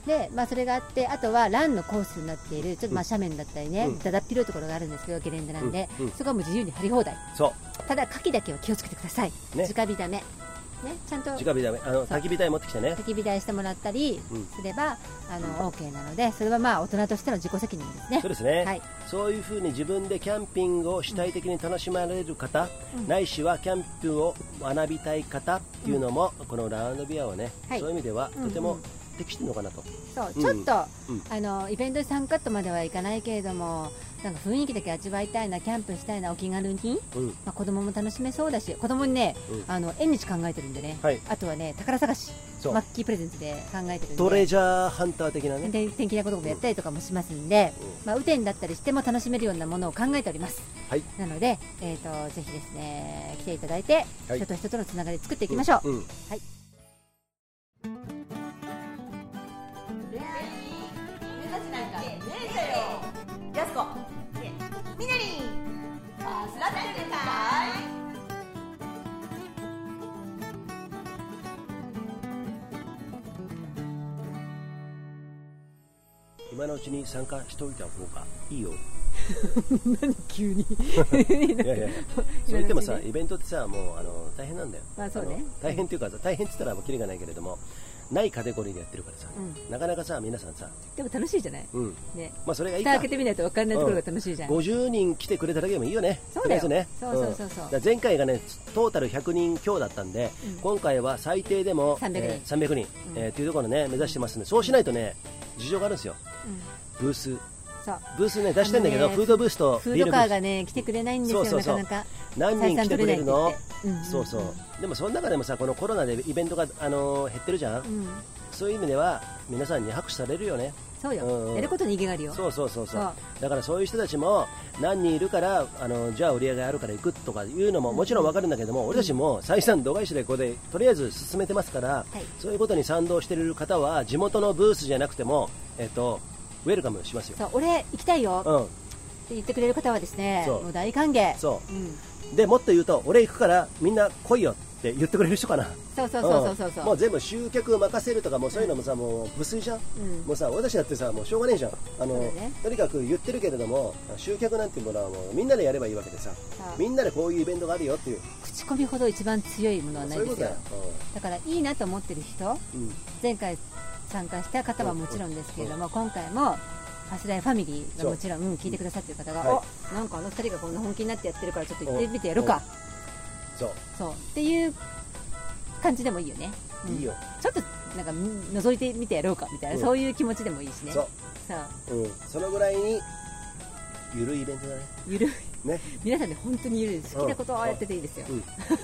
S2: でまあ、それがあって、あとはランのコースになっている、ちょっとまあ斜面だったりね、
S1: うん
S2: だだっ広いところがあるんですけど、ゲレンデなんで、
S1: うんうん
S2: そこはもう自由に張り放題、
S1: そ
S2: ただ、牡蠣だけは気をつけてください、
S1: うね
S2: 直火ダメ、ね、ちゃんと
S1: 直火だめあの
S2: そう
S1: 焚き火台持ってきてね
S2: 焚き火台してもらったり
S1: うん
S2: すれば、あの OK なのでそれはまあ大人としての自己責任ですね
S1: そうですね、
S2: はい
S1: そういうふうに自分でキャンピングを主体的に楽しまれる方、ないしはキャンプを学びたい方っていうのも、このラウンドビアはね、
S2: はい
S1: そういう意味では
S2: うんうん
S1: とても適してるのかなと、
S2: そう
S1: うん
S2: ちょっと、
S1: うん
S2: あのイベントに参加とまではいかないけれどもなんか雰囲気だけ味わいたいなキャンプしたいなお気軽に、
S1: うん
S2: まあ、子供も楽しめそうだし子供にね、
S1: うん
S2: あの縁日考えてるんでね、
S1: はい
S2: あとはね宝探し
S1: そう
S2: マッキープレゼンツで考えてるんで
S1: トレジャーハンター的なね、
S2: で天気なこともやったりとかもしますんで、
S1: う
S2: まあ、雨天だったりしても楽しめるようなものを考えております、
S1: はい
S2: なので、えー、とぜひですね来ていただいて、
S1: はい
S2: 人と人とのつながり作っていきましょう、
S1: んん今のうちに参加しておいた方がいいよ
S2: 急に
S1: いやいやそう言ってもさイベントってさもうあの大変なんだよ、
S2: まあそうね
S1: の大変っていうかさ大変って言ったらもうキリがないけれどもないカテゴリーでやってるからさ、
S2: う
S1: なかなかさ皆さんさ、
S2: でも楽しいじゃない
S1: うん
S2: ね
S1: まあ、それがいい
S2: 蓋
S1: か
S2: 開けてみないと分かんないところが楽しいじゃん、
S1: 50人来てくれただけでもいいよね、
S2: そうだよ
S1: とりあえずね
S2: そうそうそうそうん
S1: だから前回がねトータル100人強だったんで、
S2: うん
S1: 今回は最低でも
S2: 300人
S1: えー300人えーというところをね目指してますんで、そうしないとね事情があるんですよ、ブース、
S2: そう
S1: ブースね出してんだけど、
S2: あのね
S1: フードブースと
S2: フ
S1: ビ
S2: ー
S1: ー
S2: ド
S1: ル
S2: カ
S1: ブ
S2: ー
S1: ース、
S2: がね来てくれないんですよ
S1: そうそうそう
S2: なかなか
S1: 何人来てくれるの
S2: 採算取れないって言ってうん
S1: そうそう、でもその中でもさこのコロナでイベントが、あのー減ってるじゃん、
S2: うん
S1: そういう意味では皆さんに拍手されるよね、
S2: そうよ、
S1: うんうん
S2: やることに意義があるよ
S1: そうそうそうそう
S2: そう
S1: だからそういう人たちも何人いるからあのじゃあ売り上げあるから行くとかいうのももちろん分かるんだけども、俺たちも採算度外視でここでとりあえず進めてますから、
S2: い
S1: そういうことに賛同してる方は地元のブースじゃなくても、えっと、ウェルカムしますよ。
S2: そう俺行きたいよっ
S1: うん、
S2: て言ってくれる方はですね
S1: そう
S2: もう大歓迎、
S1: そう
S2: ん、
S1: うでもっと言うと俺行くからみんな来いよって言ってくれる人かな。
S2: そうそうそうそうそう
S1: もう全部集客を任せるとかもうそういうのもさ、もう無粋じゃん、
S2: うん
S1: もうさ私だってさもうしょうがねえじゃんあの、
S2: そうだね
S1: とにかく言ってるけれども集客なんていうものはもうみんなでやればいいわけでさ
S2: う
S1: みんなでこういうイベントがあるよっていう
S2: 口コミほど一番強いものはな
S1: そう
S2: い
S1: いう
S2: で
S1: こ
S2: す
S1: と
S2: よ
S1: だよ、
S2: だからいいなと思ってる人
S1: うんうん
S2: 前回参加した方はもちろんですけれども今回もハスライファミリーがもちろんうん聞いてくださってる方が、
S1: は
S2: おなんかあの二人がこんな本気になってやってるからちょっと行ってみてやるか
S1: そう、
S2: そうっていう感じでもいいよね、うん
S1: いいよ、
S2: ちょっとなんかみ覗いてみてやろうかみたいな、
S1: うん
S2: そういう気持ちでもいいしね
S1: そ
S2: そう
S1: う、うん、そのぐらいにゆるいイベントだね
S2: ゆるい
S1: ね、
S2: 皆さんね本当にゆるいです好きなこと
S1: う
S2: を
S1: ん
S2: やってていいですよ、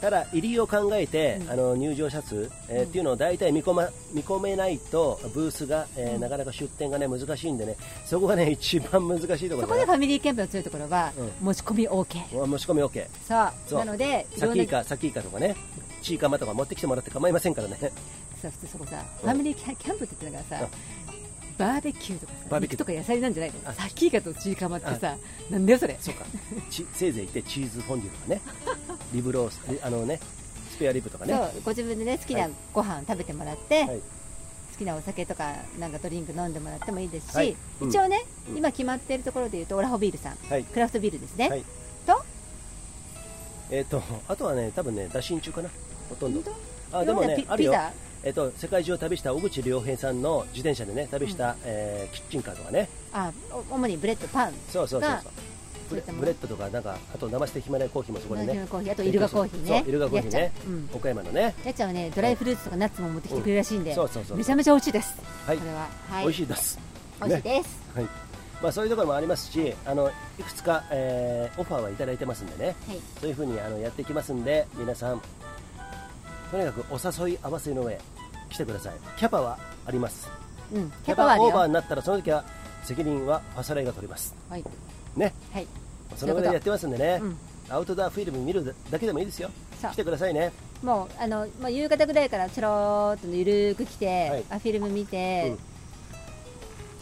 S1: ただ入りを考えて、
S2: うん
S1: あの入場者数、えーっていうのを大体見込,、ま、見込めないとブースが、えーなかなか出店がね難しいんでねそこがね一番難しいとこ
S2: そ
S1: ろ
S2: こ
S1: だ
S2: で
S1: ね
S2: ファミリーキャンプの強いところは、
S1: う
S2: 持ち込み OK
S1: もう申し込み OK
S2: そう
S1: そう
S2: なのでい
S1: サ
S2: ろん
S1: キ
S2: な
S1: イカ、サキイカとかね、チーカマとか持ってきてもらって構いませんから ね、
S2: さ普通そこさ、
S1: うん
S2: ファミリーキャキャンプって言ってたからさ、バーベキューとかさ
S1: バーベキ
S2: 肉
S1: ュー
S2: とか野菜なんじゃないの
S1: あ
S2: さっきイカとチーカマってさなんだよそれ
S1: そうか、ちせいぜい行ってチーズフォンデュとか ね、リブロース、リあのね、スペアリブとかね、
S2: そうご自分でね好きな
S1: はい
S2: ご飯食べてもらって、
S1: はい
S2: 好きなお酒とかなんかドリンク飲んでもらってもいいですし、
S1: はいうん
S2: 一応ね、
S1: うん
S2: 今決まっているところでいうとオラホビールさん
S1: はい
S2: クラフトビールですね、
S1: はい
S2: と
S1: えっ、と、あとはね、多分ね、打診中かな、ほとんど。あ
S2: いろんなピ
S1: あるよ
S2: ピザ
S1: えっと、世界中を旅した小口良平さんの自転車でね旅した、えーキッチンカーとかね
S2: あお主にブレッドパン
S1: そうそうそうそう
S2: が
S1: ブレ
S2: そういったもの
S1: ブレッドとかなんかあと生してヒマラヤコーヒーもそこで
S2: ブラジ
S1: ね
S2: ルコーヒーあとイルガコーヒーね
S1: そうイルガコーヒーね
S2: やっちゃんうん
S1: 岡山のね、
S2: やっちゃんはねドライフルーツとかナッツも持ってきてくれるらしいんで、
S1: うんそうそうそう
S2: めちゃめちゃ美味しいです、
S1: はい
S2: これは、は
S1: 美味し
S2: い
S1: いです
S2: 美味しい
S1: ね
S2: です、
S1: はいまあ、そういうところもありますし、あのいくつか、えーオファーはいただいてますんでね、
S2: はい
S1: そういうふうにあのやっていきますんで、皆さん、とにかくお誘い合わせの上、来てください、キャパはあります、
S2: うん、キャパはある
S1: オー
S2: よ
S1: バーになったら、その時は責任はファサライが取ります、
S2: はい
S1: ね、
S2: はい
S1: フそのぐらいやってますんでね、
S2: うん
S1: アウトドアフィルム見るだけでもいいですよ
S2: そう
S1: 来てくださいね
S2: もうあの、まあ、夕方ぐらいからちょろーっとゆるーく来て、
S1: はい
S2: あフィルム見て、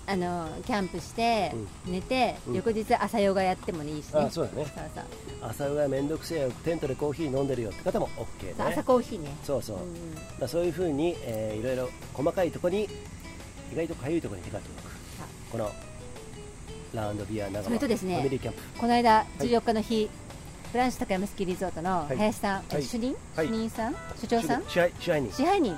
S2: あのキャンプして、寝て、
S1: うん
S2: 翌日朝ヨガやってもいいしね
S1: あそうだね
S2: そうそう
S1: 朝がめんどくせえよテントでコーヒー飲んでるよって方も OK
S2: そう
S1: ね
S2: 朝コーヒーね
S1: そうそう、
S2: うん
S1: まあ、そういうふうに、えーいろいろ細かいところに意外とかゆいところに手が届く
S2: あ
S1: このラウンドビア長野
S2: それとですね
S1: ファミリーキャンプ
S2: この間14日の日、ブランシュ高山スキーリゾートの
S1: はい
S2: 林さん、
S1: はい
S2: 主任、
S1: はい
S2: 主任さん、所長さん、
S1: 支配支配人
S2: 支配人、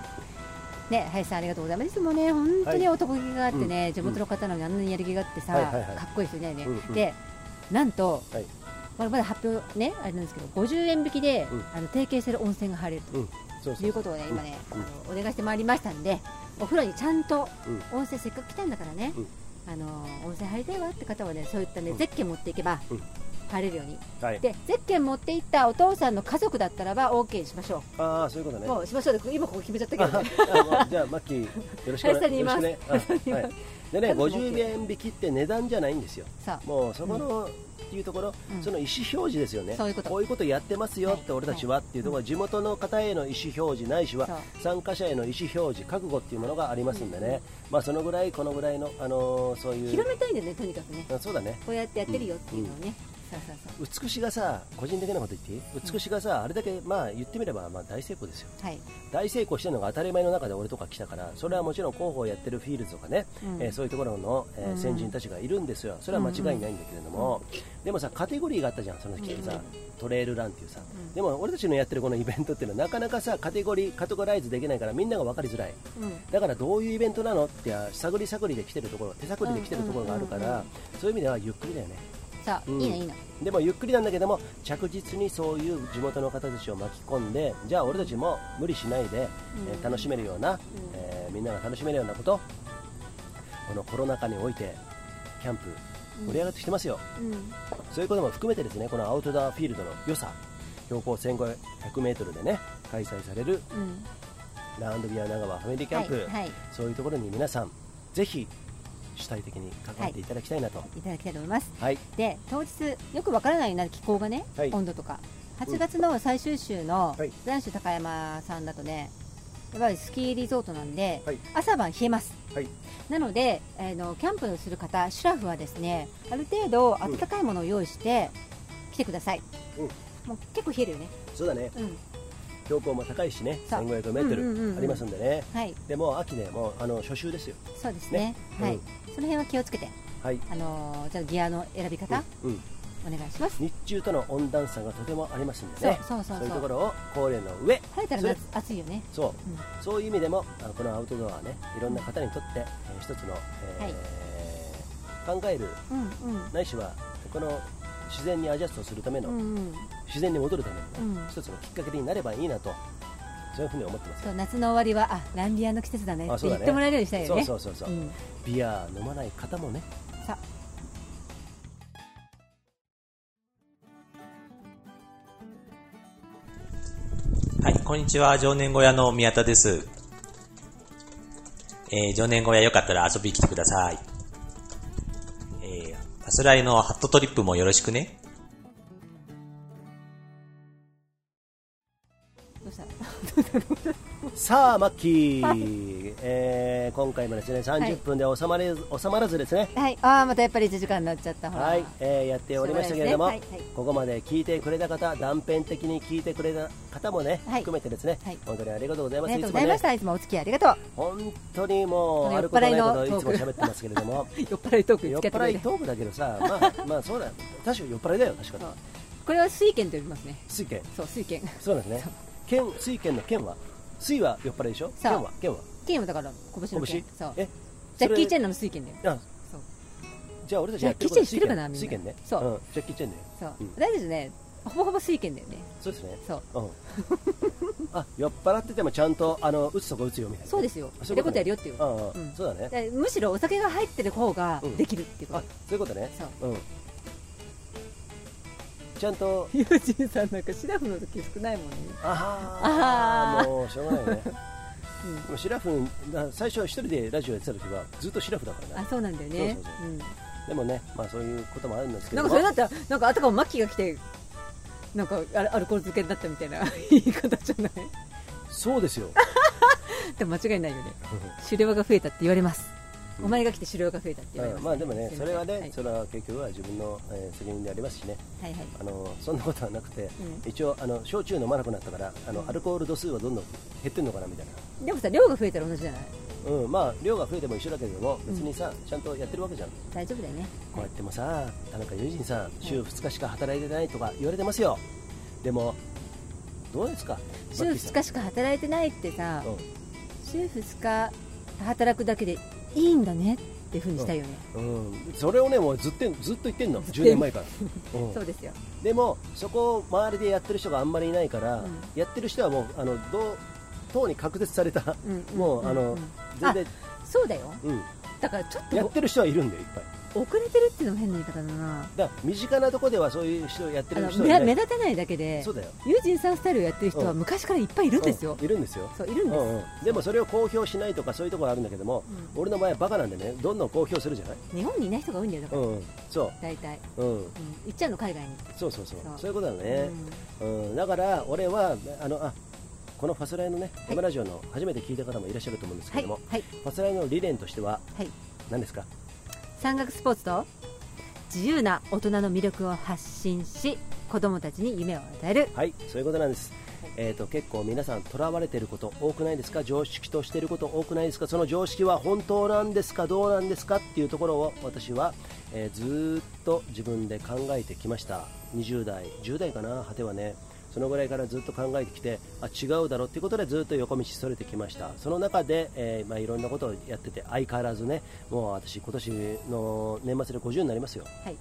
S2: ね、林さん、ありがとうございます、もうね、本当に男気があってね、
S1: うん
S2: 地元の方なのにあんなにやる気があってさ、
S1: はいはいはい
S2: かっこいい人いないね、
S1: うんうん
S2: でなんと、
S1: はい
S2: まだまだ発表ね、あれなんですけど、50円引きで、
S1: うん
S2: あの提携してる温泉が入れる
S1: うんそう
S2: と
S1: そ
S2: いううことをね、今ね、
S1: うん
S2: あのお願いしてまいりましたんで、お風呂にちゃんと、
S1: うん
S2: 温泉せっかく来たんだからね、
S1: うん
S2: あの温泉入りたいわって方はね、そういったね、
S1: うん
S2: ゼッケン持っていけば
S1: うん、
S2: 入れるように。
S1: はい
S2: でゼッケン持って行ったお父さんの家族だったらば OK にしましょ
S1: ああそういうこと
S2: う、
S1: ね
S2: もうしましょうで今ここ決めちゃったけど
S1: あ
S2: ね
S1: あまあじゃあマッキーよろしくお
S2: 林さん
S1: 願
S2: に
S1: い
S2: 言い
S1: よろし
S2: ます
S1: くねあはいでね
S2: 家族も OK
S1: 50円引きって値段じゃないんですよ
S2: さあ
S1: もうそこの、っていうところ、
S2: うん
S1: その意思表示ですよね、
S2: そういうこと
S1: こういうことやってますよって、
S2: はい
S1: 俺たちはっていうところ、地元の方への意思表示ないしは
S2: そう
S1: 参加者への意思表示、覚悟っていうものがありますんでね、まあ、そのぐらい、このぐらいの、あのーそういう
S2: 広めたいんだよねとにかくね
S1: あそうだね、
S2: こうやってやってるよっていうのをね、そうそうそ
S1: 美しがさ、個人的なこと言っていい、美しがさ、あれだけ、まあ、言ってみればまあ大成功ですよ。
S2: うはい、
S1: 大成功してるのが当たり前の中で俺とか来たからそれはもちろん広報やってるフィールズとかね、
S2: うん
S1: えーそういうところの、えー
S2: うん
S1: 先人たちがいるんですよそれは間違いないんだけれども、でもさカテゴリーがあったじゃんその時にさ、
S2: うん
S1: トレイルランっていうさ、
S2: ん
S1: でも俺たちのやってるこのイベントっていうのはなかなかさカテゴリーカテゴライズできないからみんなが分かりづらい
S2: うん
S1: だからどういうイベントなのって探り探りで来てるところ手探りで来てるところがあるから、
S2: うんうんうん
S1: そういう意味ではゆっくりだよね
S2: さあ、
S1: うん
S2: いいのいいの
S1: でもゆっくりなんだけども着実にそういう地元の方たちを巻き込んでじゃあ俺たちも無理しないで、えー楽しめるような、えーみんなが楽しめるようなことこのコロナ禍においてキャンプ盛り上がってきてますよ、
S2: うん
S1: そういうことも含めてですねこのアウトドアフィールドの良さ標高 1500m でね開催される
S2: うん
S1: ラウンドビア長川ファミリーキャンプ、
S2: はい、はい、
S1: そういうところに皆さんぜひ主体的に関わっていただきたいなと、はい
S2: いただきたいと思いますで当日よくわからないような気候がね、
S1: はい
S2: 温度とか8月の最終週の
S1: はい
S2: ブランシュ高山さんだとねやっぱりスキーリゾートなんで、
S1: はい
S2: 朝晩冷えます、
S1: はい
S2: なので、えーのキャンプをする方シュラフはですねある程度
S1: うん
S2: 暖かいものを用意して来てください、
S1: うん
S2: もう結構冷えるよね、
S1: そうだね
S2: うん
S1: 標高も高いしね
S2: そう
S1: 1500m ありますんでね、
S2: はい
S1: でもう秋ねもうあの初秋ですよ
S2: そうですね
S1: ね
S2: はい
S1: うん
S2: その辺は気をつけて、
S1: はい、
S2: あのーじゃあギアの選び方、
S1: うんうん
S2: お願いします、
S1: 日中との温暖差がとてもありますんでね
S2: そうそうそうそう
S1: いうところを考慮の上
S2: 晴れたら
S1: それ
S2: 夏暑いよね
S1: そう,、
S2: う
S1: そういう意味でもあこのアウトドアはねいろんな方にとって、えー一つの、
S2: はい
S1: えー考える
S2: うんうん
S1: ないしはこの自然にアジャストするための、
S2: うんうん
S1: 自然に戻るためのね、
S2: うん
S1: 一つのきっかけになればいいなとそういうふうに思ってます
S2: そう夏の終わりはあランビアの季節だね
S1: あ
S2: って
S1: そうだ
S2: 言っ
S1: ね
S2: てもらえるようにしたいよね
S1: そうそうそうそう、
S2: うん
S1: ビア飲まない方もね
S2: さ
S7: はい、こんにちは。常年小屋の宮田です。えー、常年小屋よかったら遊びに来てください。えー、アスライのハットトリップもよろしくね。
S2: どうした
S1: さあマッキー、 えー今回もですね30分で収まれず、収まらずですね
S2: はい、ああまたやっぱり1時間になっちゃったほら、
S1: はい、えーやっておりましたけれども、
S2: そうですねはいはい
S1: ここまで聞いてくれた方、断片的に聞いてくれた方もね、
S2: はい
S1: 含めてですね、
S2: はい
S1: 本当にありがとうござい
S2: あ
S1: ます。
S2: りがとうございました、いつもお付き合いありがとう
S1: 本当にも
S2: こ
S1: う、
S2: の
S1: あ
S2: 酔
S1: る
S2: っ
S1: こと
S2: 払
S1: ないい
S2: の
S1: ことをいつも
S2: トーク
S1: 喋ってますけれど も、
S2: 酔っ払いトークに
S1: 酔っ
S2: 付き合ってく
S1: 払
S2: れ
S1: い
S2: て
S1: トークだけどさ、まあ、まあそうだ、確かに酔っ払いだよ、確かに
S2: そう。これは水拳と呼びますね
S1: 水拳、
S2: そう水拳
S1: そうなんですね。剣、水拳の剣は、水は酔っ払いでしょ
S2: そう
S1: 剣は、剣は、
S2: 剣はだから拳の
S1: 拳
S2: 拳そう
S1: え
S2: ジャッキー・チ
S1: ン
S2: ェンなの水拳だよ
S1: あ
S2: そう
S1: じゃあ俺たちやってることは
S2: ジャッキーチェン知ってるかな
S1: 水拳ね。
S2: みんなそうん
S1: ジャッキーチェンだよ。
S2: そう、
S1: うん
S2: 私たちねほぼほぼ水拳だよね
S1: そうですね。
S2: そう
S1: うん、あ酔っ払っててもちゃんとあの打つとこ打つよみたいな
S2: そうですよ
S1: あ
S2: や
S1: そうい
S2: る
S1: うこと
S2: こ
S1: と
S2: や
S1: ね
S2: るよっていう
S1: ああ、
S2: うん
S1: そうだね
S2: でむしろお酒が入ってる方が
S1: うん
S2: できるっていうこ
S1: あそういうことね
S2: そう
S1: うんちゃんと
S2: と、ユージンさんなんかシラフの時少ないもんね
S1: あ
S2: あ
S1: あ
S2: ー
S1: もうしょうが ないね、
S2: うん
S1: でもシラフだ最初は一人でラジオやってた時はずっとシラフだから
S2: あ
S1: ね
S2: そうなんだよね
S1: そうそう
S2: うん
S1: でもね、まあ、そういうこともあるんですけ
S2: な
S1: ど
S2: んか
S1: も
S2: それだったらなんかあたかもマッキーが来てなんかアルアルコール漬けになったみたいな 言い方じゃない
S1: そうです よ
S2: でも間違いないよね狩猟が増えたって言われますお前が来て狩猟が増えたって言われ
S1: う
S2: ま
S1: ん
S2: す、
S1: まあでもね、
S2: すい
S1: そ
S2: せん
S1: れはね、
S2: はい
S1: それは結局は自分の、えー責任でありますしね、
S2: はいはい
S1: あのそんなことはなくて、一応あの、焼酎飲まなくなったからあの、アルコール度数はどんどん減ってんのかなみたい
S2: でもさ量が増えたら同じじゃない
S1: な、うんまあ、量が増えても一緒だけれども、別にさ、ちゃんとやってるわけじゃん、
S2: 大丈夫だよね
S1: こうやってもさ、田中友人さん、週2日しか働いてないとか言われてますよ、でも、どうですか、
S2: 週
S1: マッキーさ
S2: 2日しか働いてないってさ
S1: ん
S2: 週2日働くだけでいいんだねっていうふうにしたいよね、
S1: うんうん、それをね、もうずっとずっと言ってんの、
S2: ずっと
S1: 10年前から。 うん
S2: そうですよ
S1: でもそこを周りでやってる人があんまりいないから、
S2: うん
S1: やってる人はもうあのどう党に隔絶された、
S2: うんうん
S1: もう、
S2: うん
S1: あの
S2: うん
S1: 全然、
S2: そうだよ
S1: うん、
S2: だからちょっ
S1: や
S2: と
S1: ってる人はいるんだよいっぱい
S2: 遅れてるっていうのも変な言い方だな
S1: だから身近なとこではそういう人やって
S2: あ
S1: る
S2: の
S1: 人
S2: 目
S1: は
S2: 立
S1: いな
S2: 目
S1: い
S2: 立たないだけで
S1: そうだよ
S2: 友人さんスタイルをやってる人は
S1: うん
S2: 昔からいっぱいいるんですよ、
S1: うんいるんですよ
S2: そういるんです、
S1: うんうんでもそれを公表しないとかそういうところあるんだけども、俺の場合はバカなんでねどんどん公表するじゃない、
S2: 日本にいない人が多いんだよだか
S1: う
S2: ら、
S1: んうん、そ
S2: 大体、
S1: う、うん、
S2: うん、行っちゃうの海外に、
S1: そうそうそう
S2: そ
S1: そうういうことだね、うんだから俺はあのあこのファスライのね、
S2: い
S1: エマラジオの初めて聞いた方もいらっしゃると思うんですけ
S2: はい
S1: ども、
S2: はい
S1: ファスライの理念としては
S2: はい
S1: 何ですか
S2: 山岳スポーツと自由な大人の魅力を発信し子供たちに夢を与える
S1: はいそういうことなんです、えー、と結構皆さんとらわれてること多くないですか常識としてること多くないですかその常識は本当なんですかどうなんですかっていうところを私は、えーずーっと自分で考えてきました20代10代かな果てはねそのぐらいからずっと考えてきてあ違うだろうっていうことでずっと横道それてきましたその中で、えーまあ、いろんなことをやってて相変わらずねもう私今年の年末で50になりますよ
S2: はい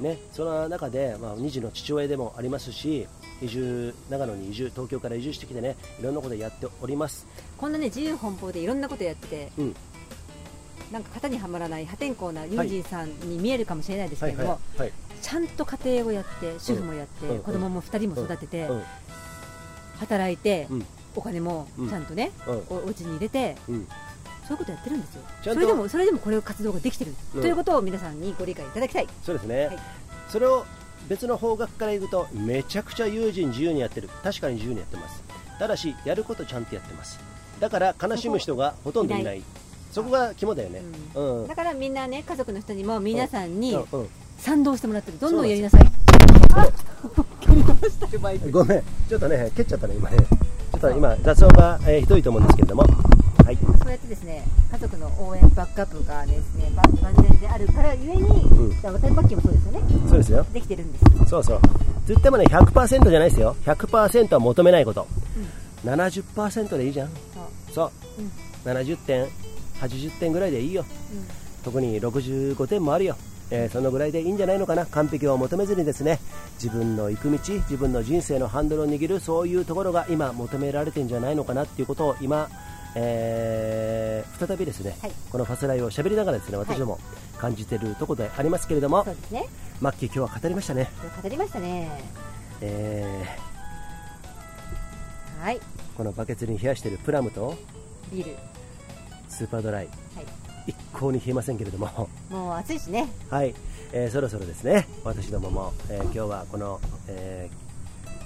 S1: ね、その中で、まあ、2児の父親でもありますし移住長野に移住東京から移住してきてねいろんなことやっております、
S2: こんなね自由奔放でいろんなことやってて、
S1: うん
S2: なんか型にはまらない破天荒な友人さんに見えるかもしれないですけれども、
S1: いはい
S2: ちゃんと家庭をやって主婦もやって、
S1: うん
S2: 子供も2人も育てて、
S1: うん
S2: 働いて、
S1: うん
S2: お金もちゃんとね、
S1: うん
S2: おお家に入れて
S1: うん、
S2: そういうことやってるんですよ
S1: ちゃんと
S2: それでもそれでもこれを活動ができてる、
S1: うん
S2: ということを皆さんにご理解いただきたい
S1: そうですね、
S2: はい
S1: それを別の方角から行くとめちゃくちゃ友人自由にやってる確かに自由にやってますただしやることちゃんとやってますだから悲しむ人がほとんどいないそこが肝だよね、うん
S2: だからみんなね家族の人にも皆さんに
S1: うん
S2: 賛同してもらってるどんどん
S1: そう
S2: や
S1: なん
S2: り
S1: で
S2: なさい
S1: ごめん、ちょっとね、蹴っちゃったね、今ね、ちょっと今、雑音が、えーひどいと思うんですけれども、はい、
S2: そうやってですね家族の応援バックアップがですねば万全であるからゆえに、
S1: うん
S2: じゃあ私バッキーもそうですよね
S1: そうですよ。
S2: できてるんです
S1: そうそう。つってもね、100%じゃないですよ。100%は求めないこと。70%でいいじゃん。そう。70点、80点ぐらいでいいよ。特に65点もあるよ。えーそのぐらいでいいんじゃないのかな完璧を求めずにですね自分の行く道自分の人生のハンドルを握るそういうところが今求められてんじゃないのかなっていうことを今、えー再びですね、
S2: はい
S1: このファスライを喋りながらですね私ども感じてるところでありますけれども、
S2: そうですね
S1: マッキー今日は語りましたね
S2: これ語りましたね
S1: え
S2: はい
S1: ーこのバケツに冷やしているプラムと
S2: ビール
S1: スーパードライ、一向に冷えませんけれども、
S2: もう暑いしね
S1: はいえーそろそろですね私どもも、えー今日はこの、え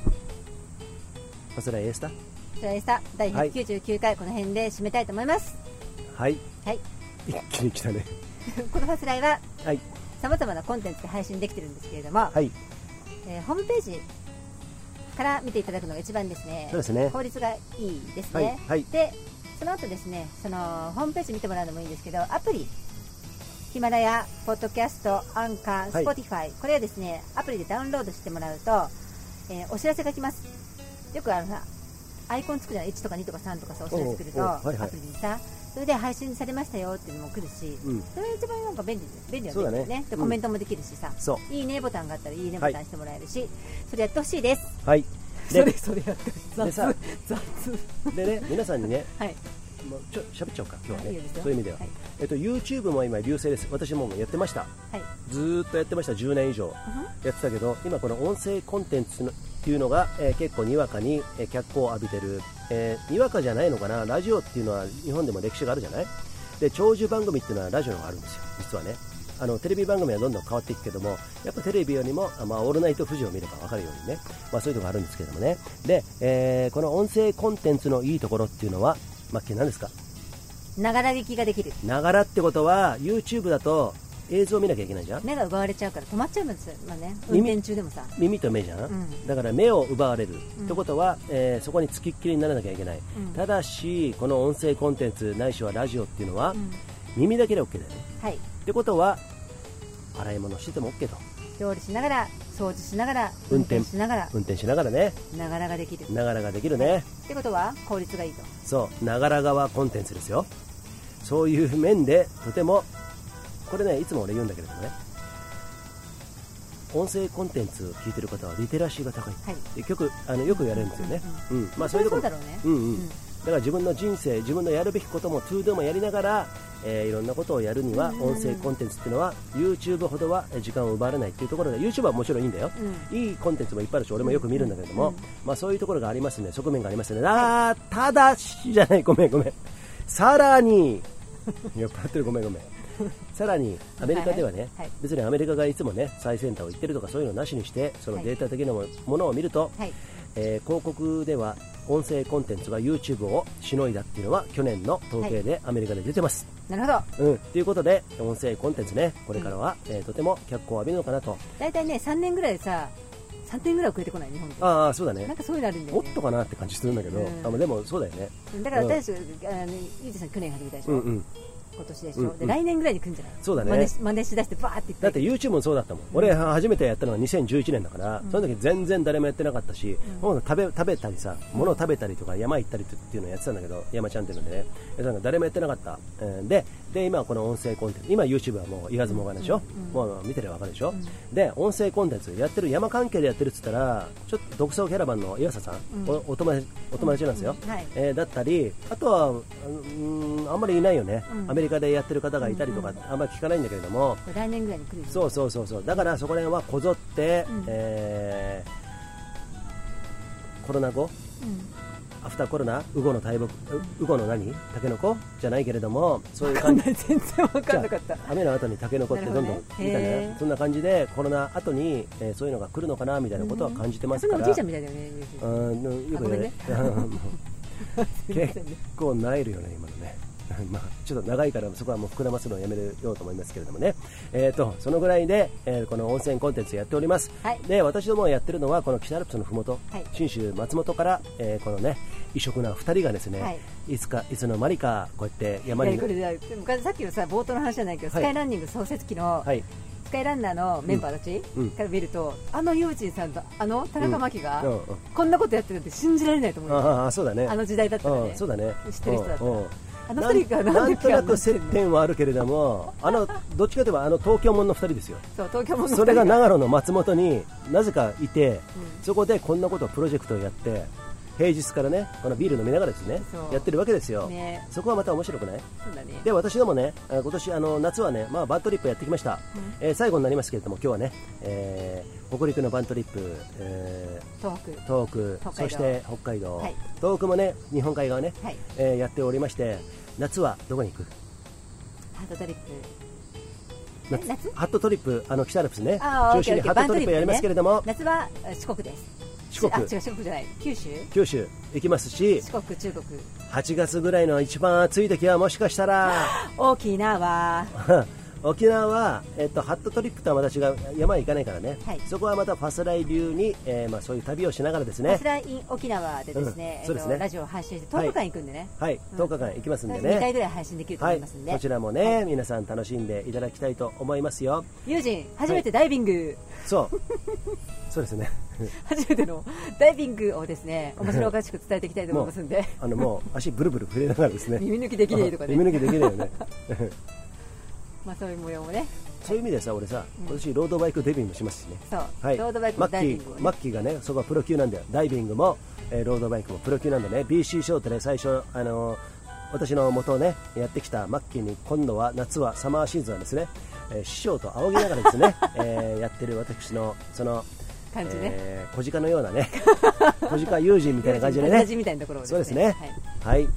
S1: ー、パスライエースタ
S2: それでした第199回この辺で締めたいと思います、
S1: はい、
S2: はい、
S1: 一気に来たね
S2: このファスライは
S1: はい
S2: さまざまなコンテンツで配信できてるんですけれども、
S1: はい
S2: えーホームページから見ていただくのが一番ですね
S1: そうですね
S2: 効率がいいです
S1: はい
S2: ね、
S1: はい
S2: でその後ですねそのホームページ見てもらうのもいいんですけどアプリヒマラヤ、ポッドキャスト、アンカー、
S1: は
S2: ス
S1: い
S2: ポティファイ、これはですねアプリでダウンロードしてもらうと、えーお知らせが来ます、よくあのさアイコンつくじゃない、1とか2とか3とかさ、お知らせくると、
S1: おうおうはいはい
S2: アプリにさ、それで配信されましたよっていうのも来るし、
S1: うん
S2: それが一番なんか便利便利は
S1: そうだ
S2: 便利
S1: ね
S2: ですねで、
S1: うん
S2: コメントもできるしさ、
S1: そ
S2: いいねボタンがあったらいいねボタンしてもらえるし、それやってほしいです。
S1: うはいで
S2: それやって
S1: で さ
S2: 雑。
S1: でね皆さんにね
S2: はい。
S1: もうちょ喋っちゃおうか今日はね
S2: いいですよ
S1: そういう意味では、
S2: はい
S1: えっと YouTube も今流星です私もやってました
S2: はい。
S1: ずーっとやってました10年以上やってたけど今この音声コンテンツのっていうのが、えー結構にわかに、えー脚光を浴びてる、えーにわかじゃないのかなラジオっていうのは日本でも歴史があるじゃないで長寿番組っていうのはラジオの方があるんですよ実はねあのテレビ番組はどんどん変わっていくけどもやっぱテレビよりも、あまあ、オールナイト富士を見れば分かるようにね、まあ、そういうところがあるんですけどもねで、えーこの音声コンテンツのいいところっていうのはマッキー何ですか
S2: ながら聞きができる
S1: ながらってことは YouTube だと映像見なきゃいけないじゃん
S2: 目が奪われちゃうから止まっちゃうんですよ、まあね、運
S1: 耳
S2: 転中でもさ
S1: 耳と目じゃん、
S2: ん
S1: だから目を奪われる、
S2: うん
S1: ってことは、えーそこにつきっきりにならなきゃいけない、
S2: うん
S1: ただしこの音声コンテンツないしはラジオっていうのは、
S2: うん
S1: 耳だけで OK だよね
S2: はい
S1: ってことは洗い物してても OK と
S2: 料理しながら掃除しながら
S1: 運
S2: 運
S1: 転
S2: 転しながら
S1: 運転しながらね
S2: ながらができる
S1: ながらができるね
S2: ってことは効率がいいと
S1: そうながら側コンテンツですよそういう面でとてもこれねいつも俺言うんだけれどもね音声コンテンツを聞いてる方はリテラシーが高い、
S2: はい
S1: 結局あのよく言われるんですよね、うんまあ、そういうとこ
S2: そ
S1: ろ
S2: うだろうね
S1: うんうん
S2: うん
S1: だから自分の人生自分のやるべきことも TODO もやりながら、えーいろんなことをやるには音声コンテンツっていうのは YouTube ほどはえー時間を奪われないっていうところで YouTube はもちろんいいんだよ、いいコンテンツもいっぱいあるし俺もよく見るんだけども、まあ、そういうところがありますね側面がありますねあーただしじゃないごめんごめんさら に酔っ払ってるごめんごめんさらにアメリカではね、
S2: はいはい
S1: 別にアメリカがいつもね最先端を言ってるとかそういうのなしにしてそのデータ的なもものを見ると、
S2: はい
S1: えー広告では音声コンテンツが YouTube をしのいだっていうのは去年の統計でアメリカで出てます。
S2: なるほど
S1: うん、ということで音声コンテンツねこれからは、えーとても脚光を浴びるのかなと
S2: 大体ね3年ぐらいでさ3点ぐらい遅れてこない日本って
S1: ああそうだね
S2: なんかそういうのあるんだ
S1: もっ
S2: よね
S1: とかなって感じするんだけど、
S2: うん
S1: あまあでもそうだよね
S2: だから私たちがあのゆうじさん去年始めたでしょ、
S1: うんうん
S2: 今年でしょ、
S1: うんうん
S2: で来年ぐらいに来るんじゃない
S1: そうだね
S2: 真似し真似しだしてバーっていって
S1: だって YouTube もそうだったもん、俺初めてやったのが2011年だから、その時全然誰もやってなかったし、もう食べ食べたりさ物を食べたりとか山行ったりっていうのをやってたんだけど山ちゃんっていうのでねやってたんだ誰もやってなかった、うんでで今はこの音声コンテンツ今 YouTube はもう言わずもがなでしょ、もう見てればわかるでしょ、で音声コンテンツやってる山関係でやってるっつったらちょっと独創キャラバンの岩佐さん、おお友達お友達なんですよ、
S2: うんはい
S1: えーだったり、あとは、うん、あんまりいないよね、アメリカでやってる方がいたりとか、あんまり聞かないんだけれども、
S2: 来年ぐらいに来るんじゃない
S1: そうそうそうそう、だからそこら辺はこぞって、
S2: ん
S1: えーコロナ後、アフターコロナ、ウゴの大木、ウゴの何、タケノコじゃないけれども、そういう感じ。
S2: 全然わかんなかった
S1: じゃあ雨の後にタケノコってどんどん
S2: な
S1: み
S2: るほ
S1: た
S2: どね
S1: いな、
S2: へー
S1: そんな感じでコロナ後に、えーそういうのが来るのかなみたいなことは感じてます
S2: そ
S1: から、
S2: のおじいちゃんみたいだよねゆうじ
S1: うん、よくね、 結構なえるよね、今のね。 まあ、ちょっと長いからそこはもう膨らますのをやめようと思いますけれどもね、えー、とそのぐらいで、えーこの温泉コンテンツやっております、
S2: はい
S1: で私どもやってるのはこの北アルプスのふもと、
S2: はい
S1: 信州松本から、えーこのね異色な2人がですね、
S2: はいい、
S1: つかいつの間にかこうやって山に
S2: いやこれだでもさっきのさ冒頭の話じゃないけど、
S1: はい
S2: スカイランニング創設期の、
S1: はい
S2: スカイランナーのメンバーたち
S1: うんうん
S2: から見ると、あのユージンさんとあの田中真希が、
S1: うんうん
S2: こんなことやってるって信じられないと思うよ
S1: ああそうだね
S2: あの時代だったらね
S1: うんそうだね
S2: 知ってる人だったら
S1: うんうん
S2: あの二人が
S1: な
S2: なん
S1: ん
S2: で
S1: となく接点はあるけれどもあのどっちかといえばあの東京門の2人ですよ
S2: そう東京 も
S1: それが長野の松本になぜかいて、そこでこんなことをプロジェクトをやって平日からねこのビール飲みながらですね
S2: そう
S1: やってるわけですよ、
S2: ね
S1: そこはまた面白くない
S2: そうだね
S1: で私どもね、あ今年あの夏はね、まあ、バントリップやってきました、えー最後になりますけれども、今日はね、えー北陸のバントリップ、えー
S2: 東北
S1: 東北、
S2: 北
S1: そ
S2: 海道
S1: して北海道、
S2: はい
S1: 東北もね日本海側ね、
S2: はい
S1: えーやっておりまして、夏はどこに行く
S2: ハートトリップ
S1: 夏
S2: 夏
S1: ハットトリップ、あの北アルプスね、
S2: あー
S1: 中心に
S2: オッケ
S1: ハ
S2: ーオッケー
S1: ットトリップやりますけれども、
S2: 夏はえ四国です
S1: 四国
S2: しあ違う四国じゃない九州
S1: 九州行きますし、
S2: 四国中国
S1: 8月ぐらいの一番暑い時は、もしかしたら。
S2: 大きいなわ
S1: 沖縄は、えっと、ハットトリップとはまた違う山へ行かないからね、
S2: はい
S1: そこはまたファスライ流に、えーまあ、そういう旅をしながらです
S2: ア
S1: ね
S2: ス、ライン沖縄でですね,、
S1: うんそうですね
S2: えっとラジオを配信して10日間行くんでね、
S1: はい、10日間行きますんで
S2: 2回
S1: ね、
S2: ぐらい配信できると
S1: は
S2: 思い
S1: い、
S2: ますんで、
S1: こちらもね、皆さん楽しんでいただきたいと思いますよ、
S2: ユージン初めてダイビング、
S1: そう、そうですね、
S2: 初めてのダイビングをですね面白おかしく伝えていきたいと思いますん で
S1: あのもう足ブルブル震えながらですね、
S2: 耳抜きできねえと かね
S1: 耳抜きできないよね、
S2: まあそういう模様もね
S1: そういう意味でさ、俺さ、今年ロードバイクデビューもしますしね、
S2: そう、
S1: はい、
S2: ロードバイク
S1: マッキ
S2: もダイビングを
S1: ー
S2: ね
S1: マッキーがねそこはプロ級なんだよダイビングも、えーロードバイクもプロ級なんでね BC ショートで最初、あのー私の元をねやってきたマッキーに今度は夏はサマーシーズンはですね、えー師匠と仰ぎながらです ね、えーやってる私のその
S2: 感じね
S1: えー小 鹿のようなね小鹿友人みたいな感じで
S2: 友
S1: ね
S2: 人みたいなところをです
S1: そう
S2: ね
S1: ですねはい、えー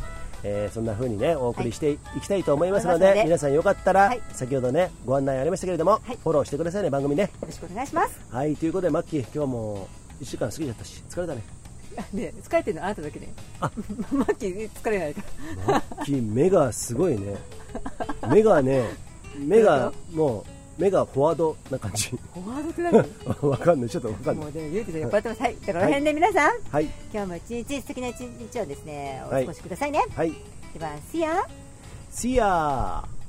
S1: そんな風にねお送りしていきたいと思いますので、
S2: 思いますので
S1: 皆さんよかったら、
S2: はい
S1: 先ほどねご案内ありましたけれども、
S2: はい
S1: フォローしてくださいね番組ね
S2: ろしくお願いします。
S1: はいということでマッキー今日も1時間過ぎちゃったし疲れ たね
S2: ね疲れてるのあなただけね。あ、マッキー疲れないか
S1: マッキー目がすごいね目がね目がもう目がフォワードな感じ
S2: ら。フォワードって何
S1: わかんないちょっとわかんな
S2: も
S1: いう
S2: ね、ゆうきさん酔っ払ってます。はい。じゃあこの辺で皆さん、
S1: はい
S2: 今日も一日素敵な一日をですね、お
S1: は
S2: 過
S1: い
S2: ごしくださいね。
S1: はい
S2: では、See ya!
S1: See ya!